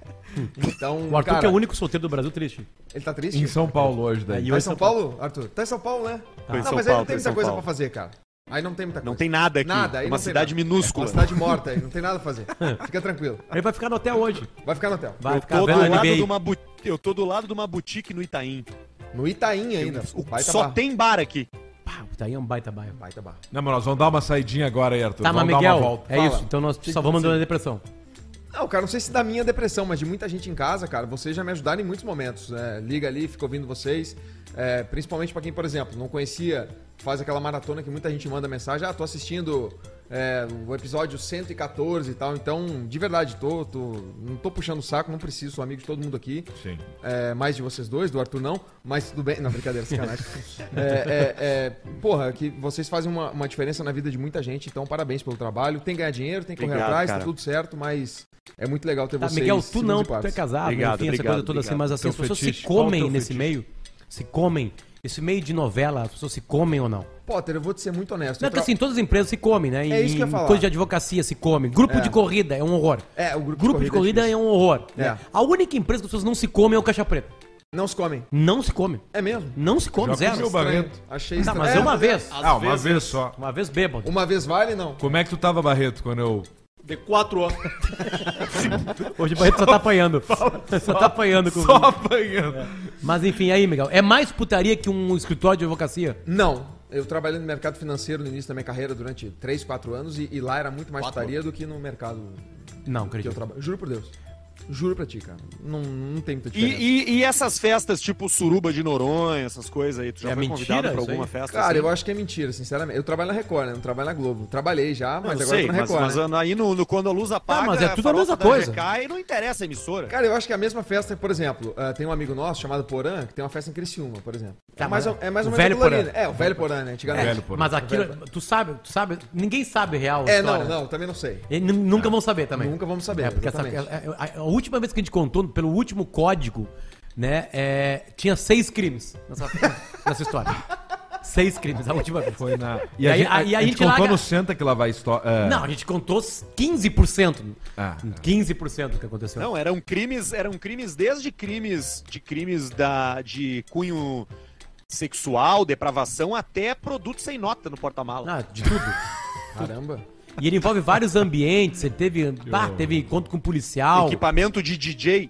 então,
O Arthur
cara,
que é o único solteiro do Brasil triste.
ele tá triste?
Em São Paulo hoje daí.
Tá em São Paulo, Arthur? Tá em São Paulo, né?
Tô em
não,
São
mas aí
Paulo,
não tem
tô em São
muita coisa
Paulo.
pra fazer, cara. Aí não tem muita coisa.
Não tem nada aqui. É
Nada, aí
uma
não tem
cidade
nada. É
minúscula.
Uma cidade morta aí, não tem nada pra fazer. Fica tranquilo.
Ele vai ficar no hotel hoje.
Vai ficar no hotel.
Vai
eu,
ficar
tô do
vendo
lado
NBA.
de uma bu- eu tô do lado de uma boutique no Itaim.
No Itaim ainda.
O-
Baita
Só
barra.
tem bar aqui.
Pá, tá aí é um baita bairro.
Baita barra.
Não, mas nós vamos dar uma saidinha agora aí, Arthur.
Tá, mas
vamos dar uma
Miguel,
volta.
é
Fala.
isso. Então nós
Sim,
salvamos
sim.
da depressão.
Não, cara, não sei se da minha depressão, mas de muita gente em casa, cara, vocês já me ajudaram em muitos momentos. né? Liga ali, fica ouvindo vocês. É, principalmente pra quem, por exemplo, não conhecia, faz aquela maratona que muita gente manda mensagem. Ah, tô assistindo é, o episódio 114 e tal. Então, de verdade, tô, tô- não tô puxando o saco, não preciso, sou amigo de todo mundo aqui.
Sim.
É, mais de vocês dois, do Arthur não, mas tudo bem. Não, brincadeira, sacanagem. *laughs* é, é, é, porra, que vocês fazem uma, uma diferença na vida de muita gente, então parabéns pelo trabalho. Tem que ganhar dinheiro, tem que correr
Obrigado,
atrás,
cara.
tá tudo certo, mas é muito legal ter
Tá,
vocês.
Miguel, tu
seguros
não,
e
tu é
patos.
casado,
Obrigado,
enfim, essa
obrigado,
coisa toda assim,
obrigado.
mas assim,
Teu
as pessoas se
um fetiche, qual o
comem
teu
nesse
fetiche?
meio. Se comem. Esse meio de novela, as pessoas se comem ou não?
Potter, eu vou te ser muito honesto.
Não,
Eu tra-
assim, todas as empresas se comem, né?
É isso que eu ia
Em
falar.
Coisa de advocacia se come. Grupo
É.
de corrida é um horror.
É, o
Grupo de corrida é,
difícil.
um horror.
É.
né? A única empresa que as pessoas não se comem é o Caixa Preta.
Não se comem.
Não se come.
É mesmo?
Não se come,
Já
zero.
comi o Barreto.
Achei
Tá,
estranho.
mas é uma vez.
Às
Ah, uma
vezes-
vez só.
Uma vez bêbado.
Uma vez vale, não.
Como é que tu tava, Barreto, quando eu.
De quatro horas.
*laughs* Hoje o Barreto só tá apanhando. *laughs* Só tá apanhando É. com
Só apanhando.
Mas enfim, aí, Miguel. É mais putaria que um escritório de advocacia?
Não. Eu trabalhei no mercado financeiro no início da minha carreira durante 3, 4 anos e, e lá era muito mais
Quatro?
putaria do que no mercado
Não,
que eu
acredito.
trabalho. Juro por Deus. Juro pra ti, cara. Não, não tem muita
E,
diferença.
e- e essas festas, tipo suruba de Noronha, essas coisas aí, tu já
É
foi
mentira
convidado pra
isso
alguma
aí?
festa?
Cara,
assim?
eu acho que é mentira, sinceramente. Eu trabalho na Record, né? Não trabalho na Globo. Trabalhei já,
Não,
mas
eu
agora
sei,
eu tô na
mas,
Record. né?
mas aí no, no- quando a luz apaga,
mas é tudo a
farofa
mesma
da
coisa.
GK e não interessa a emissora.
Cara, eu acho que é a mesma festa, por exemplo, eh, tem um amigo nosso chamado Porã, que tem uma festa em Criciúma, por exemplo.
Tá,
é, mais,
mas
ou- é mais ou
o
menos
velho
aquilo ali,
Porã.
né? É, o velho Porã, né? Antigamente.
Velho, pô.
Mas aquilo, é tu sabe, tu sabe, ninguém sabe real a
É,
história. né?
não, não, também não sei.
E nu- nunca vão saber também.
Nunca vamos saber,
É, porque essa-
exatamente.
a, a- a última vez que a gente contou, pelo último código, né, é, tinha seis crimes nessa, *laughs* nessa história. seis crimes, a última vez.
Foi na.
E aí- a- e a gente
contou
larga-
no Senta que lá vai história.
Não, a gente contou 15%.
É. Ah.
15% do que aconteceu.
Não, eram crimes, eram crimes desde crimes de crimes da de cunho sexual, depravação até produto sem nota no porta-mala.
Ah, de tudo.
*laughs* Caramba.
E ele envolve vários ambientes, ele teve, bah, teve encontro com um policial.
Equipamento de DJ.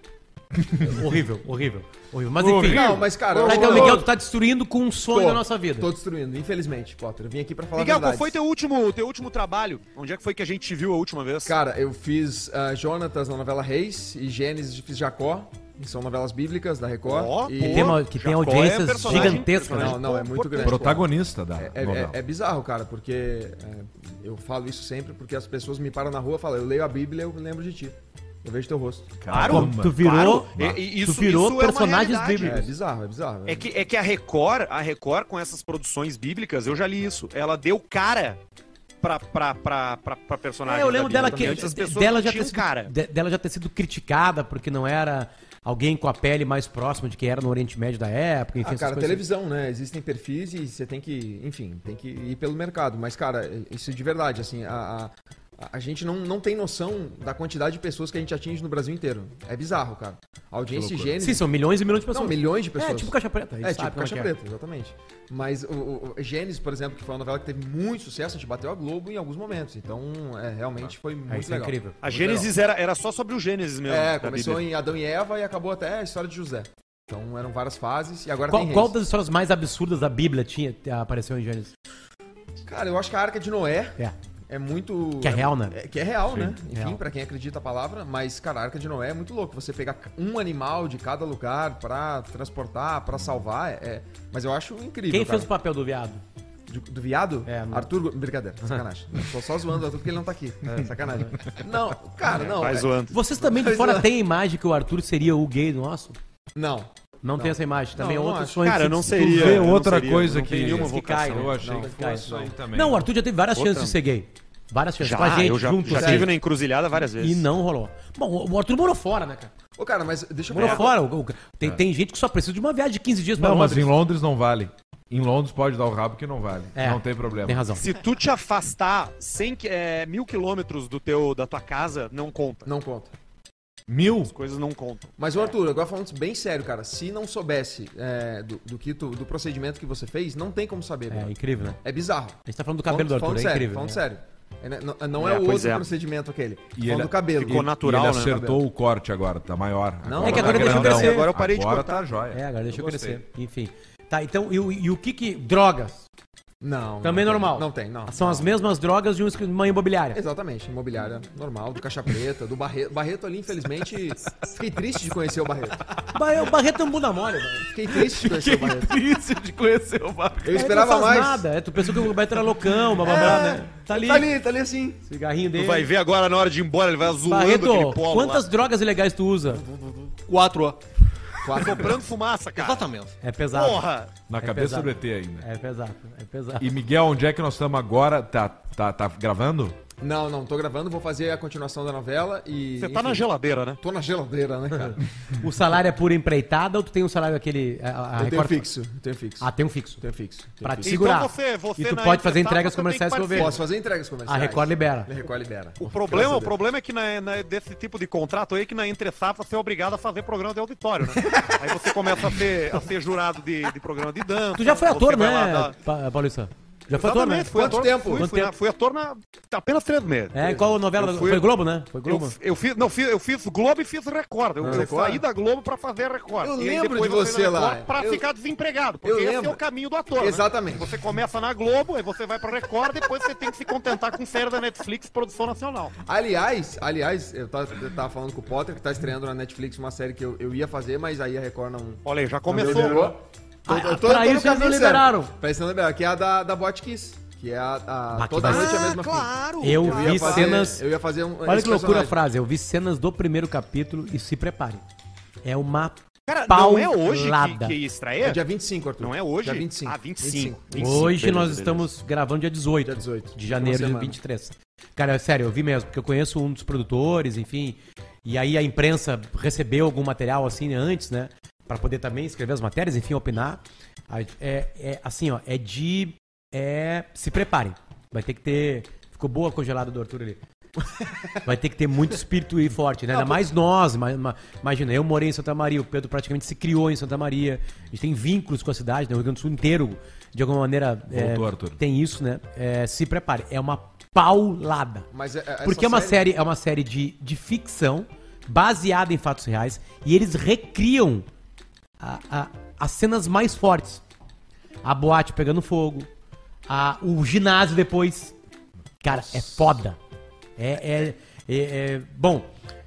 Horrível, horrível, horrível. Mas enfim.
Não, mas cara,
Tá,
eu-
então,
eu-
Miguel, tu tá destruindo com um sonho
Tô,
da nossa vida.
Tô destruindo, infelizmente, Potter. Eu vim aqui pra falar
Miguel, qual
verdades.
foi teu último, teu último trabalho? Onde é que foi que a gente te viu a última vez?
Cara, eu fiz ah, Jonatas na novela Reis e Gênesis fiz Jacó, que são novelas bíblicas da Record.
Ó,
e...
Que tem, uma- que tem
Jacó é
audiências
personagem-
gigantescas, né?
Não, não, é muito grande.
Protagonista da
É,
novela.
é- é bizarro, cara, porque é, eu falo isso sempre porque as pessoas me param na rua e falam, eu leio a Bíblia e eu lembro de ti. Eu vejo teu rosto.
Claro,
Tu virou,
claro. E- e
tu
isso-
virou
isso é uma
personagens
realidade.
É
bíblicos.
bizarro, é bizarro.
É que, é que a Record, a Record com essas produções bíblicas, eu já li isso, ela deu cara pra, pra, pra, pra, pra personagem.
É, eu lembro
da Bíblia,
dela que
porque antes as pessoas
dela
não
já ter
tinham
sido,
cara.
de- dela já ter sido criticada porque não era alguém com a pele mais próxima de que era no Oriente Médio da época, enfim,
Ah, cara,
essas coisas.
televisão, né? Existem perfis e você tem que, enfim, tem que ir pelo mercado. Mas, cara, isso de verdade, assim, a, a, a gente não, não tem noção da quantidade de pessoas que a gente atinge no Brasil inteiro. É bizarro, cara. A audiência higiene.
Sim, são milhões e milhões de pessoas.
né? Não, milhões de pessoas.
É, tipo caixa preta. a gente
É,
sabe
tipo
como
Caixa
que é.
Preta, exatamente. Mas o, o- o Gênesis, por exemplo, que foi uma novela que teve muito sucesso, a gente bateu a Globo em alguns momentos. Então, é, realmente foi muito
É, isso é
legal.
incrível.
A Gênesis era, era só sobre o Gênesis mesmo.
É,
da
começou
Bíblia.
em Adão e Eva e acabou até a história de José. Então eram várias fases e agora
Qual,
tem
qual
reis.
das histórias mais absurdas da Bíblia tinha eh, apareceu em Gênesis?
Cara, eu acho que a Arca de Noé
É.
é muito...
Que é real, né?
é- que é real, né? Enfim,
real.
pra quem acredita a palavra, mas, cara, a Arca de Noé é muito louco. Você pegar um animal de cada lugar pra transportar, pra salvar, é- é- Mas eu acho incrível,
Quem
cara.
fez o papel do viado?
Do, do viado?
É, não-
Arthur. Go- Brincadeira,
*laughs*
sacanagem. Tô só zoando o Arthur porque ele não tá aqui. sacanagem. Não, cara, não.
Vai
é-
zoando.
Vocês também de
Pois
fora
é.
têm a imagem que o Arthur seria o gay nosso?
Não.
Não, tem essa imagem. Também é
Não, não
outro
acho.
sonho.
Cara,
que
eu não
se-
seria.
vê
eu não
outra
seria,
coisa
não
que-
tem nenhuma
que
vocação.
cai, né?
Eu achei
Não,
que
que
fosse isso
cai.
aí também.
Não, o Arthur já teve várias
Outra.
chances de ser gay. Várias chances. com a
Já,
gente,
eu já,
é.
junto.
já
assim.
tive na encruzilhada várias vezes.
E não rolou. Bom, o Arthur morou fora, né, cara?
Ô, cara, mas deixa eu
Morou
falar-
fora. o- o- Tem, tem gente que só precisa de uma viagem de 15 dias pra
É. Não, mas em
Londres.
Londres não vale. Em Londres pode dar o rabo que não vale.
É,
não tem problema.
Tem razão.
Se tu te afastar 100, qui- é, mil quilômetros do teu, da tua casa, não conta.
Não conta.
Mil?
As coisas não contam.
Mas,
É.
ô, Arthur, agora falando bem sério, cara, se não soubesse é, do, do que tu- do procedimento que você fez, não tem como saber,
É
velho.
incrível, né?
É bizarro.
A gente tá falando do cabelo do Arthur, é
sério,
incrível.
Falando
né?
sério. É, né, não não é,
É,
o
pois
outro
é.
procedimento aquele.
E
falando
ele-
do cabelo.
ficou
E-
natural,
ele
né?
acertou o corte agora, tá maior.
Não, é que
agora
tá
deixou
grandão.
crescer.
Agora eu parei de
Agora
cortar.
tá jóia.
É, agora deixa eu,
gostei.
crescer. Enfim. Tá, então, e, o- e o que que... Drogas.
Não.
Também
não tem.
normal.
Não tem, não.
São as mesmas drogas de um escri- uma imobiliária.
Exatamente, imobiliária normal, do Caixa Preta, do Barreto. Barreto ali, infelizmente, fiquei triste de conhecer o Barreto.
Ba- O Barreto é um bunda mole, velho.
Fiquei triste de conhecer o Barreto.
Triste de conhecer o barco.
Eu esperava
não faz
mais.
nada. É, tu pensou que o Roberto era loucão, blá blá blá, né? Tá ali.
Tá ali, tá ali assim.
Cigarrinho
Tu
dele.
vai ver agora na hora de ir embora, ele vai zoando aquele
Barreto,
polo
quantas
lá.
drogas ilegais tu usa?
Uhum.
Quatro horas.
Quatro.
Soprando fumaça, cara.
Exatamente.
É pesado.
Porra!
Na
É
cabeça
pesado.
do ET ainda.
É pesado, é pesado.
E Miguel, onde é que nós estamos agora? Tá, tá, tá gravando?
Não, não, tô gravando, vou fazer a continuação da novela e.
Você tá
enfim,
na geladeira, né?
Tô na geladeira, né, cara?
O salário é por empreitada ou tu tem um salário aquele. a- a- a
eu tenho
Record-
fixo, eu tenho fixo.
Ah, tem um fixo.
Tenho fixo. tenho
Pra te
fixo.
Então
segurar.
você- você
e tu
na
pode
empreitada,
fazer entregas
você
comerciais
tem
pro
que
governo.
Posso fazer entregas comerciais.
A Ah, Record libera.
A Record libera.
O problema, o
Graças a Deus.
problema é que na, na- desse tipo de contrato aí, que na entre safra você é obrigado a fazer programa de auditório, *laughs* né? aí você começa a ser, a ser jurado de, de programa de dança.
Tu já foi ator,
você vai lá
né,
dar-
Pa- Paulista? Já foi ator, né?
Exatamente, fui
Quanto
ator,
tempo?
Fui,
Quanto
fui,
tempo?
na- fui ator na, apenas três meses.
É, qual novela?
Eu fui-
Foi Globo, né? Foi
Eu,
Globo.
eu fiz, não, fiz, eu fiz Globo e fiz Record. Eu, eu
Record?
saí da Globo pra fazer Record.
Eu
E aí
lembro
depois
de
eu fui
você
na
lá.
Record Pra
Eu-
ficar desempregado, porque
eu
esse é
lembro.
o caminho do ator. né?
Exatamente.
Você começa na Globo, aí você vai pra Record, depois você tem que se contentar com série da Netflix, produção nacional.
Aliás, aliás, eu tava, eu tava falando com o Potter, que tá estreando na Netflix uma série que eu, eu ia fazer, mas aí a Record não.
Olha aí, já
não
começou.
liberou. Tô-
Ah,
eu
pra isso eles não
caminho certo.
liberaram.
Pra isso não liberaram, que é a da, da Botkiss. Que é a. a-
Ah, que
toda
vai-
noite é a mesma fita.
Eu,
Eu ia
vi
fazer-
cenas.
Eu ia fazer um.
Olha
esse
que loucura a
personagem.
frase. Eu vi cenas do primeiro capítulo e se preparem. É uma.
Cara, não
Paulada.
é hoje que, que estreia?
É dia 25, Arthur.
Não é hoje?
Dia 25.
Ah, 25. 25,
Hoje
beleza,
nós
beleza.
estamos gravando dia 18.
Dia 18.
De janeiro de
Uma semana.
23. Cara, é sério, eu vi mesmo, porque eu conheço um dos produtores, enfim. E aí a imprensa recebeu algum material assim né, antes, né? Pra poder também escrever as matérias, enfim, opinar. A- É, é assim, ó, é de. É. Se preparem. Vai ter que ter. Ficou boa a congelada do Arthur ali. *laughs* Vai ter que ter muito espírito e forte, né? Ainda mais nós. ma- ma- Imagina, eu morei em Santa Maria, o Pedro praticamente se criou em Santa Maria. A gente tem vínculos com a cidade, né? O Rio Grande do Sul inteiro, de alguma maneira, é,
Voltou, Arthur.
tem isso, né? É, se prepare. É uma paulada.
Mas é- é- essa
Porque é uma série, é uma série de, de ficção baseada em fatos reais e eles recriam a- a- as cenas mais fortes. A boate pegando fogo, a- o ginásio depois. Cara, é foda. É, é- é- é- Bom,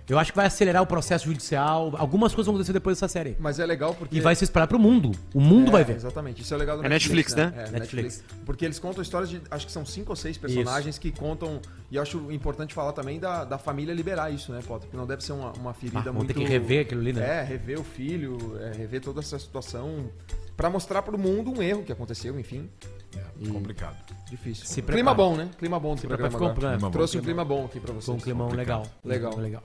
eu acho que vai acelerar o processo judicial. Algumas coisas vão acontecer depois dessa série.
Mas é legal porque.
E vai se espalhar pro mundo. O mundo
É,
vai ver.
Exatamente. Isso é legal do
É Netflix, né?
É,
Netflix.
Netflix. Porque eles contam histórias de. Acho que são cinco ou seis personagens que contam. E eu acho importante falar também da, da família liberar isso, né, Potter? Porque não deve ser uma, uma ferida
Ah, vão
muito.
ter que rever aquilo ali, né?
É, rever o filho, é, rever toda essa situação. Pra mostrar pro mundo um erro que aconteceu, enfim.
É, complicado.
Difícil.
Se prepara.
clima bom, né? Clima bom do programa.
prepara, ficou um
agora.
clima
bom.
Trouxe um clima bom aqui pra vocês.
Com um climão legal.
Legal.
legal.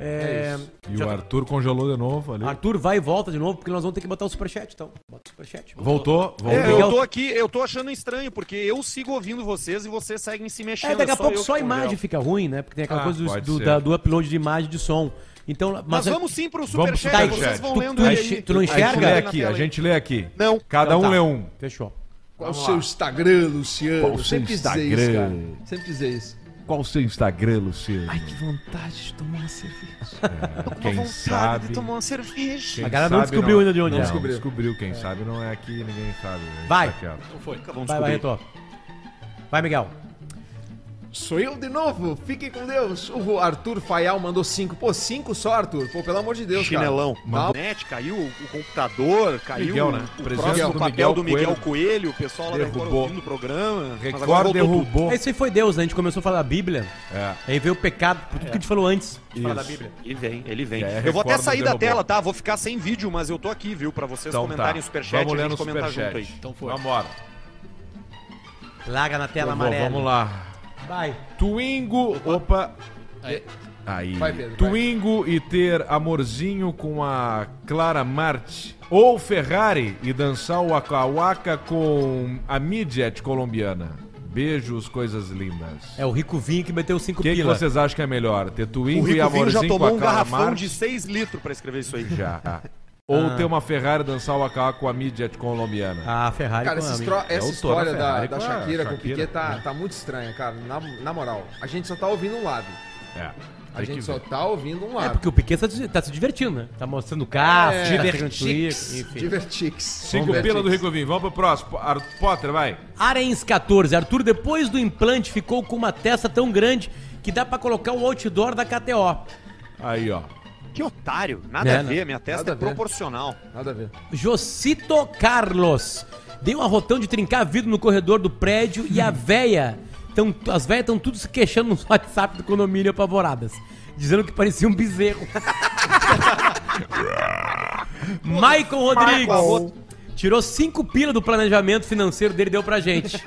É,
isso.
E o Arthur congelou de novo ali.
Arthur, vai e volta de novo, porque nós vamos ter que botar o superchat, então. Bota o superchat.
Voltou, voltou.
É,
Obrigado.
eu tô aqui, eu tô achando estranho, porque eu sigo ouvindo vocês e vocês seguem se mexendo.
É, daqui a pouco
eu
só a
que congelo.
imagem fica ruim, né? Porque tem aquela
Ah,
coisa do,
pode
do,
ser.
da- do upload de imagem e de som. Então,
Mas
mas
vamos sim pro
Vamos pro
superchat,
Tá,
vocês
superchat.
vão
tu-
lendo
tu
aí.
enche- tu não
Aí,
A gente
enxerga?
lê
na
aqui,
tela
a
aí.
gente lê aqui.
Não.
Cada um
Então tá.
lê um.
Fechou.
Qual o seu Instagram, Luciano?
Qual o seu
Sempre dizer isso,
Instagram?
cara. Sempre dizer isso.
Qual o seu Instagram, Luciano? É,
Que vontade de tomar uma cerveja.
Quem sabe.
uma cerveja.
quem
A galera não
sabe
descobriu ainda de onde
não,
é.
Descobriu. descobriu, quem sabe não é aqui, ninguém sabe. né?
Vai.
Tá quieto.
Vai, vai, Reto. Vai, Miguel.
Sou eu de novo, fiquem com Deus. O Arthur Faial mandou cinco. Pô, cinco só, Arthur? Pô, pelo amor de Deus, cara.
Chinelão.
Dá uma-
Net, caiu o computador, caiu
Miguel,
o-
né?
o
Presença
próximo
do Miguel
papel do Miguel Coelho. O pessoal lá
Derrubou.
derrubou no programa. mas agora
Record
voltou tudo.
derrubou.
Isso aí foi Deus, né? A gente começou a falar da Bíblia,
É,
aí veio o pecado, tudo que a gente falou antes.
isso.
Ele vem, ele vem.
É,
eu vou até
Record
sair da
derrubou.
tela, tá? Vou ficar sem vídeo, mas eu tô aqui, viu? Pra vocês
Então tá.
comentarem o superchat
vamos
e a
ler no
gente comentar junto
superchat.
aí.
Então foi. Vamos embora.
Larga na tela
Vamos,
amarela.
vamos lá.
Vai.
Twingo, opa.
Aí.
Aí.
Vai, Pedro, vai.
Twingo e ter amorzinho com a Clara Marte. Ou Ferrari e dançar o Waka Waka com a Midget colombiana. Beijos, coisas lindas.
É o Rico Vinho que meteu cinco
O que, que
pila.
vocês acham que é melhor? Ter
O
Twingo e
Rico Vinho já
amorzinho com
tomou
a
um
Clara
garrafão Ah.
Marte?
de 6 litros pra escrever isso aí. *laughs*
*laughs* Já. Ou ter uma Ferrari dançar o Waka Waka com a Midget colombiana.
Ah, A Ferrari
Cara,
com
essa,
a
histro- essa
É o Toro
história da,
Ferrari
da
com a
Shakira com o
Shakira,
Piquet tá,
né?
tá muito estranha, cara. Na, na moral, a gente só tá ouvindo um lado.
É.
A
Tem que
gente só
ver.
tá ouvindo um
É
lado.
porque o Piquet tá, se- tá se divertindo, né? Tá mostrando o carro,
É,
um
tá pegando Twitter, enfim.
Divertix.
Cinco
Vamos ver,
pila do
Tix.
Rico Vinho. Vamos pro próximo. Ar- Potter, vai.
Arens 14. Arthur, depois do implante, ficou com uma testa tão grande que dá pra colocar o outdoor da KTO.
Aí, ó.
Que otário. Nada
Né,
a
né?
ver, minha testa
Nada
é
a ver.
proporcional.
Nada a ver.
Jocito Carlos. Dei um arrotão de trincar vidro no corredor do prédio e a véia. Tão, as véias estão tudo se queixando no WhatsApp do condomínio apavoradas. Dizendo que parecia um *laughs* bezerro. Michael Rodrigues. Tirou cinco pila do planejamento financeiro dele e deu pra gente.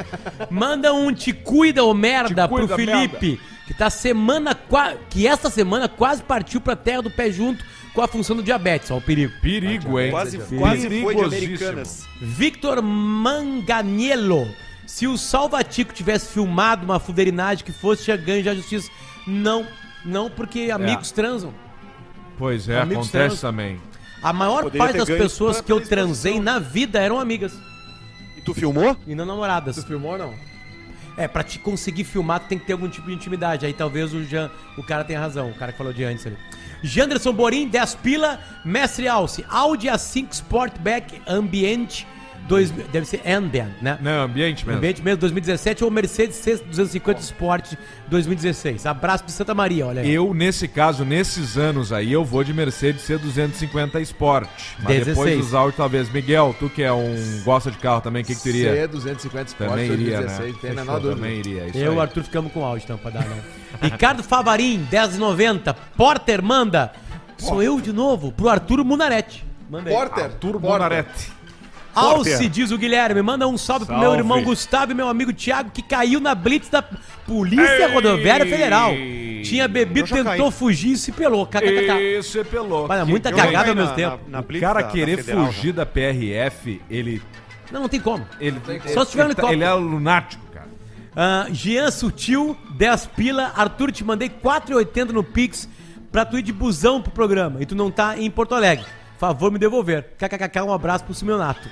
Manda um te cuida, ô merda,
Te cuida,
pro Felipe. que tá semana qua- que esta semana quase partiu pra terra do pé junto com a função do diabetes, ó, o perigo.
Perigo, hein?
Quase,
Perigosíssimo.
quase foi de Americanas.
Victor Manganiello. Se o Salvatico tivesse filmado uma fuderinagem que fosse já ganho já justiça, não, não
É.
porque amigos transam.
Pois é,
Amigos
acontece
teus.
também.
A maior
Poderia
parte
ter
das
ganho
pessoas
pra-
que eu
pra exposição.
transei na vida eram amigas
E tu filmou?
e não
Tu
namoradas.
filmou ou não?
É, pra te conseguir filmar, tu tem que ter algum tipo de intimidade. Aí talvez o Jean, o cara tenha razão, o cara que falou de antes ali. Janderson Borim, 10 pila, Mestre Alce, Audi A5 Sportback Ambiente 2000, deve ser Ambient, né?
Não, ambiente mesmo.
Ambiente mesmo, 2017, ou Mercedes C250 Sport 2016. Abraço de Santa Maria, olha aí.
Eu, nesse caso, nesses anos aí, eu vou de Mercedes C250 Sport. Mas
16.
depois dos Audi, talvez. Miguel, tu que é um gosta de carro também, o que, que tu iria?
C250 Sport
Também iria,
2016,
né?
tem a
Fechou,
menor dúvida.
Também iria, isso
Eu e o
aí.
Arthur ficamos com áudio, então, pra dar não. *laughs* Ricardo Favarim, 10,90. Porter, manda. Sou eu de novo, pro Arthur Munarete. Manda aí.
Porter,
Ah, Arthur
Porter.
Bonaretti.
Alce, diz o Guilherme, manda um salve, pro meu
Salve.
irmão Gustavo e meu amigo Thiago, que caiu na blitz da Polícia Rodoviária Federal. Tinha bebido,
Eu já
tentou fugir e se pelou. KKKK.
Isso é pelo.
tá. Olha, muita
Eu
cagada
caí
ao
na-
mesmo tempo.
na- na
O
Blitz
cara
da- da
querer
Federal,
fugir da PRF, ele.
Não, não tem como.
ele
Só se tiver um
ele, tá- ele é
helicóptero.
lunático, cara.
Ah, Jean Sutil, 10 pila. Arthur, te mandei 4,80 no Pix pra tu ir de busão pro programa. E tu não tá em Porto Alegre. Favor me devolver. KKKK, um abraço pro Simeonato.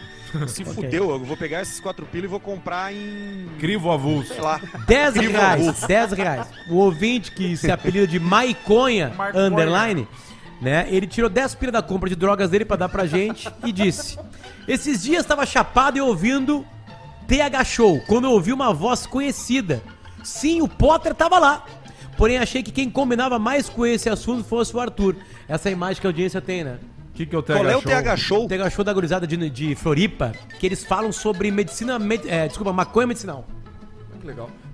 Se fudeu, eu vou pegar esses quatro pila e vou comprar em.
Crivo avulso.
sei lá.
10 reais, 10 reais. O ouvinte que se apelida de Maiconha, underline, né? Ele tirou 10 pila da compra de drogas dele pra dar pra gente e disse: Esses dias estava chapado e ouvindo TH Show, quando eu ouvi uma voz conhecida. Sim, o Potter tava lá. Porém, achei que quem combinava mais com esse assunto fosse o Arthur. Essa é a imagem que a audiência tem, né?
O que, que eu tenho?
Qual é o TH Show?
O TH Show da gurizada de, de Floripa, que eles falam sobre medicina. med- é, desculpa, maconha medicinal.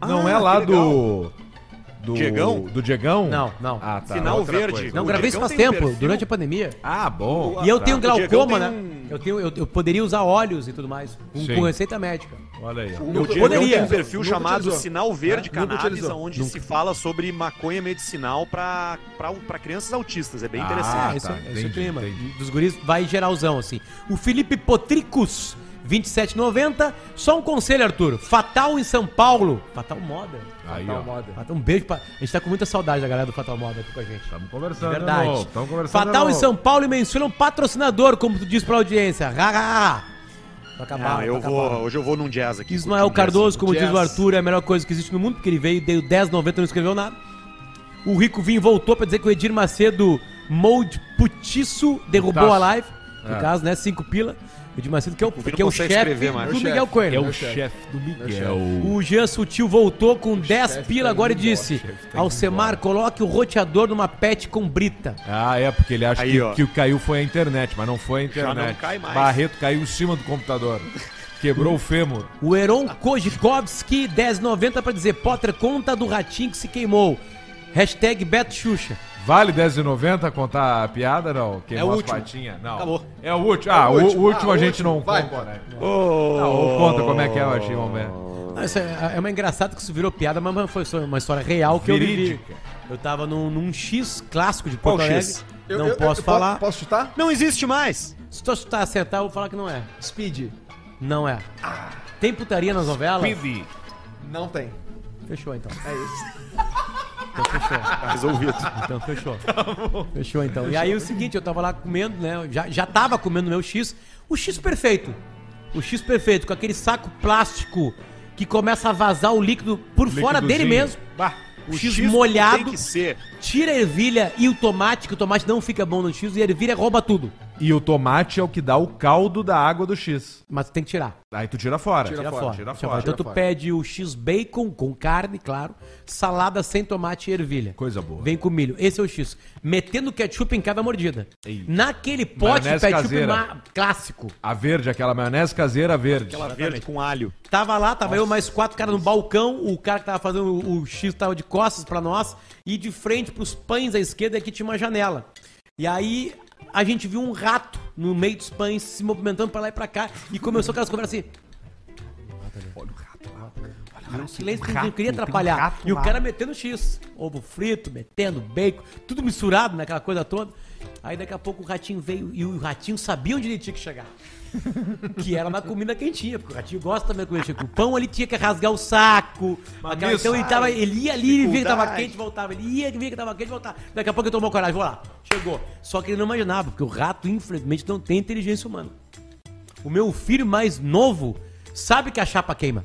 Não
Ah,
é lá do. Do
Diegão?
Do Diegão?
Não, não.
Ah, tá.
Sinal
outra
verde.
coisa.
Não,
O
gravei isso
Diegão
faz
tem um
tempo,
perfil-
durante a pandemia.
Ah, bom.
E eu tenho
O Diegão
glaucoma,
tem
né?
um-
Eu, tenho, eu, eu poderia usar óleos e tudo mais, com,
Sim.
com receita médica.
Olha aí. ó.
O
Eu
Diego
poderia.
tem um perfil
Nunca
chamado
utilizou.
Sinal Verde
Nunca
Cannabis,
utilizou.
onde se fala sobre maconha medicinal para crianças autistas. É bem
Ah,
interessante.
é, esse,
tá,
é esse
entendi,
o clima
entendi.
dos guris, vai geralzão, assim. O Felipe Potricus, 27,90. Só um conselho, Arthur. Fatal em São Paulo. Fatal Moda.
Aí,
Tá,
ó.
moda.
Fatal- Um beijo pra... A gente tá com muita saudade da galera do Fatal Moda aqui com a gente.
Estamos Tá conversando.
Verdade.
irmão. Tamo conversando.
Fatal em
irmão.
São Paulo e menciona um patrocinador, como tu diz pra audiência. Ha, ha, ha. Toca a
Não,
bala,
Ah, eu
toca a
vou,
bala.
hoje eu vou num jazz aqui. curtir
Ismael
um jazz.
é Cardoso, como
jazz.
diz o Arthur, é a melhor coisa que existe no mundo, porque ele veio e deu 10,90 e não escreveu nada. O Rico Vinho voltou pra dizer que o Edir Macedo Molde Putiço derrubou
Putaço.
a live. No
É.
caso, né? Cinco pila. O Edir Macedo, que é o,
Vinho
que é
não
o
consegue
chefe
escrever mais.
do
É o
Miguel
chefe.
Coelho.
É o
Meu
chefe do Miguel.
chefe.
O Jean Sutil voltou com 10
chefe
pila
tá
agora e
indo embora,
disse:
o chefe tá indo
Alcemar, coloque o roteador numa pet com brita.
Ah, é, porque ele acha
Aí,
que,
ó.
que o que caiu foi a internet, mas não foi a
não
internet.
cai mais.
Barreto caiu em cima do computador. Quebrou o fêmur.
O Heron Kojikovski, 10,90 pra dizer: Potter, conta do ratinho que se queimou. Hashtag Beto Xuxa.
Vale 10,90 contar a piada, não? Queimou
É o
as
último.
patinhas? Não.
Acabou.
É o último. Ah,
É o
o o último,
último. Ah,
a
o
gente
último.
não
Vai,
conta,
bora.
né? Não, ou conta como é que é o Archie Bomber.
Não, Isso é, é uma engraçada que isso virou piada, mas- mas foi só uma história real que eu
Verídica.
vivi. Eu tava num, num X clássico de
Qual
Porto Alegre.
X?
Eu-
não
eu- eu
posso
po-
falar.
Posso chutar?
Não existe mais.
Se tu chutar acertar, eu vou falar que não é.
Speed.
Não é.
Ah.
Tem putaria nas novelas?
Pidi.
Não tem.
Fechou então.
É isso.
Resolvido.
Então fechou. Fechou então. E aí o seguinte, eu tava lá comendo, né? eu Já, já tava comendo meu X. O X perfeito. O X perfeito, com aquele saco plástico que começa a vazar o líquido por fora dele
Liquidozinho.
mesmo.
Bah.
O X molhado.
Tem que ser.
Tira a ervilha e o tomate, que o tomate não fica bom no X, e a ervilha rouba tudo.
E o tomate é o que dá o caldo da água do X.
Mas tu tem que tirar.
Aí tu tira fora.
Tira
Tira
fora,
fora.
tira
Tira
fora,
fora. Então
tira
tu
fora.
pede o X bacon com carne, claro, salada sem tomate e ervilha.
Coisa boa.
Vem com milho. Esse é o X. Metendo ketchup em cada mordida.
Eita.
Naquele pote de
Maionese
ketchup
caseira.
ma- clássico.
A verde, aquela maionese caseira verde.
Aquela verde com alho.
Tava lá, tava eu mais quatro caras no balcão, o cara que tava fazendo o, o X tava de costas pra nós, e de frente pros pães à esquerda aqui tinha uma janela. E aí a gente viu um rato no meio dos pães se movimentando pra lá e pra cá, e começou aquelas conversas assim. Olha o rato lá. Olha o rato. um silêncio, não queria atrapalhar. e o cara metendo X. Ovo frito, metendo bacon, tudo misturado naquela coisa toda. Aí daqui a pouco o ratinho veio e o ratinho sabia onde ele tinha que chegar. *laughs* que era na comida quentinha, porque o ratinho gosta também da comida quentinha. O pão ele tinha que rasgar o saco. Aquela- então ele, tava, ele ia ali e via que tava quente voltava. Ele ia e via que tava quente voltava. Daqui a pouco ele tomou coragem, vou lá. Chegou. Só que ele não imaginava, porque o rato, infelizmente, não tem inteligência humana. O meu filho mais novo sabe que a chapa queima.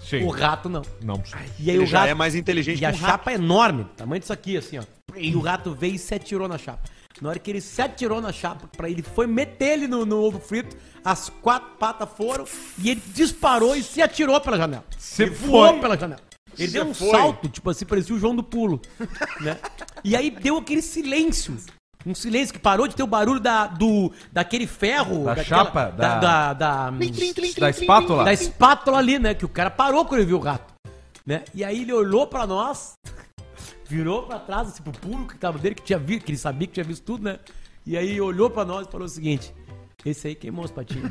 Sim.
O rato não.
Não,
E aí
Ele
o
já
rato.
é mais inteligente
E a
que um rato.
chapa é enorme, tamanho disso aqui, assim, ó. E o rato veio e se atirou na chapa. Na hora que ele se atirou na chapa, pra ele foi meter ele no, no ovo frito, as quatro patas foram e ele disparou e se atirou pela janela.
Se
Ele voou
foi.
pela janela. Ele
Se
deu um
foi.
salto, tipo assim, parecia o João do Pulo. Né? E aí deu aquele silêncio. Um silêncio que parou de ter o barulho da, do, daquele ferro.
Da
daquela-
chapa,
Da,
da-
da, da,
da espátula.
da espátula ali, né? Que o cara parou quando ele viu o rato. Né? E aí ele olhou pra nós, *laughs* virou pra trás, assim, pro público que tava dele, que tinha visto, que ele sabia que tinha visto tudo, né? E aí olhou pra nós e falou o seguinte: esse aí queimou os
*laughs*
patinhos.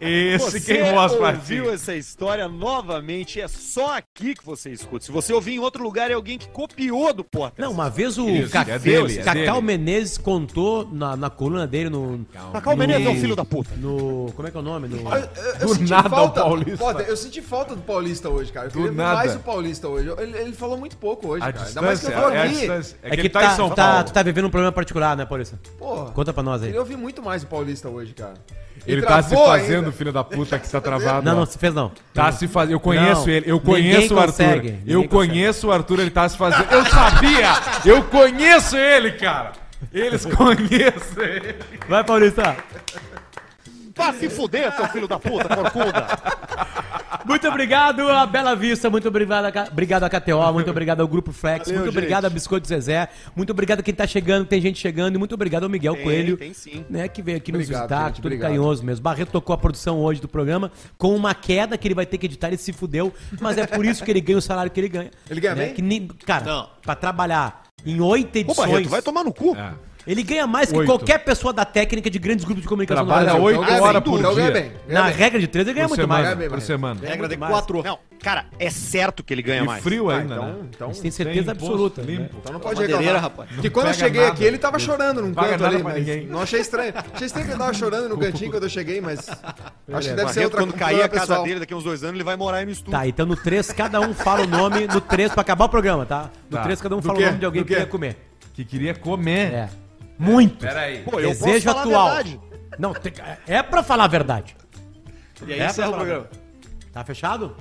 Esse
Você
queimou as
ouviu
partidas.
essa história novamente, é só aqui que você escuta. Se você ouvir em outro lugar, é alguém que copiou do Potter.
Não, uma vez o
Isso,
Cacau,
é dele, é
Cacau
dele.
Menezes contou na, na coluna dele no.
Cacau
no-
Menezes é um filho da puta.
No. Como é que é o nome? No,
Eu, eu
Do nada
falta,
o Paulista.
Pô, eu senti falta do Paulista hoje, cara. Eu
Do
queria
nada.
mais o Paulista hoje. Ele, ele falou muito pouco hoje,
A
cara. Ainda mais que eu
distância,
tô
é a
aqui.
distância.
é que, tá,
tá em São
tá-
Paulo.
tu tá vivendo um problema particular, né, Paulista?
Porra,
Conta pra nós aí.
queria ouvir muito mais o Paulista hoje, cara.
Ele
E
tá se
travou
fazendo,
ainda.
filho da puta, que tá travado.
Não,
ó.
não, se fez não.
Tá se fazendo. Eu conheço
Não,
ele, eu
ninguém
conheço o Arthur.
consegue,
eu
ninguém
conheço o Arthur, ele tá se fazendo. Eu sabia! Eu conheço ele, cara! Eles conhecem ele.
Vai, Paulista.
Vá se fuder, seu filho da puta, corcunda.
Muito obrigado à Bela Vista, muito obrigado, a K- obrigado à KTO, muito obrigado ao Grupo Flex, muito obrigado a Biscoito Zezé, muito obrigado a quem tá chegando, tem gente chegando, e muito obrigado ao Miguel Coelho,
tem sim.
né, que veio aqui nos
Obrigado,
visitar,
gente,
tudo
obrigado.
carinhoso mesmo. Barreto tocou a produção hoje do programa, com uma queda que ele vai ter que editar, ele se fudeu, mas é por isso que ele ganha o salário que ele ganha.
Ele ganha
né,
bem?
que nem- Cara, pra trabalhar em oito
Ô,
edições,
Barreto, vai tomar no cu.
É.
ele ganha mais que
Oito.
qualquer pessoa da técnica de grandes grupos de comunicação. do
Trabalha
Brasil.
Então
oito
ganha
horas
bem,
por
então ganha
dia.
bem, ganha
Na
bem.
regra de três, ele ganha
Por
É muito
semana.
mais.
mais.
por semana.
É
Regra de
mais.
4.
Não, cara, é certo que ele ganha
E
mais.
frio
Ah,
ainda,
então,
né?
então,
A gente tem
Sem
certeza
imposto,
absoluta. né?
Limpo.
então não pode
Madeireira,
reclamar.
rapaz.
Que quando eu
pega
cheguei
nada.
aqui, ele tava chorando num
Paga
canto
nada
ali,
pra
mas
ninguém.
não achei estranho. Achei estranho que ele tava chorando no cantinho quando eu
*laughs*
cheguei, mas
é
acho que deve ser
Barreto,
outra
quando cair
cultura
a casa
pessoal.
dele daqui a uns dois anos, ele vai morar aí no estúdio.
Tá, então no 3, cada um fala o nome. No 3, pra acabar o programa, tá? No
Tá.
3, cada um
Do
fala
quê?
o nome de alguém
Do
que
quê?
quer comer.
Que queria comer.
É. Muito.
Pera aí.
Pô, eu posso
Desejo
falar a
atual.
verdade.
Não, tem- é pra falar a verdade.
E aí
É
encerra o
pra falar.
programa.
Tá fechado?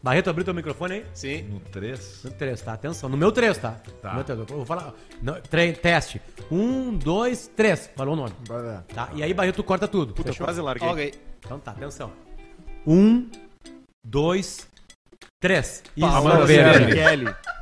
Barreto, abriu teu microfone aí?
Sim.
No 3.
No 3, tá? Atenção. No meu 3, tá?
Tá.
No meu três. Eu vou falar. Não, tre- teste. 1, 2, 3. Falou o nome.
Vai lá.
Tá? E aí, Barreto, corta tudo.
Puta,
Fechou?
quase larguei.
Ok.
Então tá, atenção. 1, 2, 3.
Amanda
Vera.
Cerelli.
Kelly.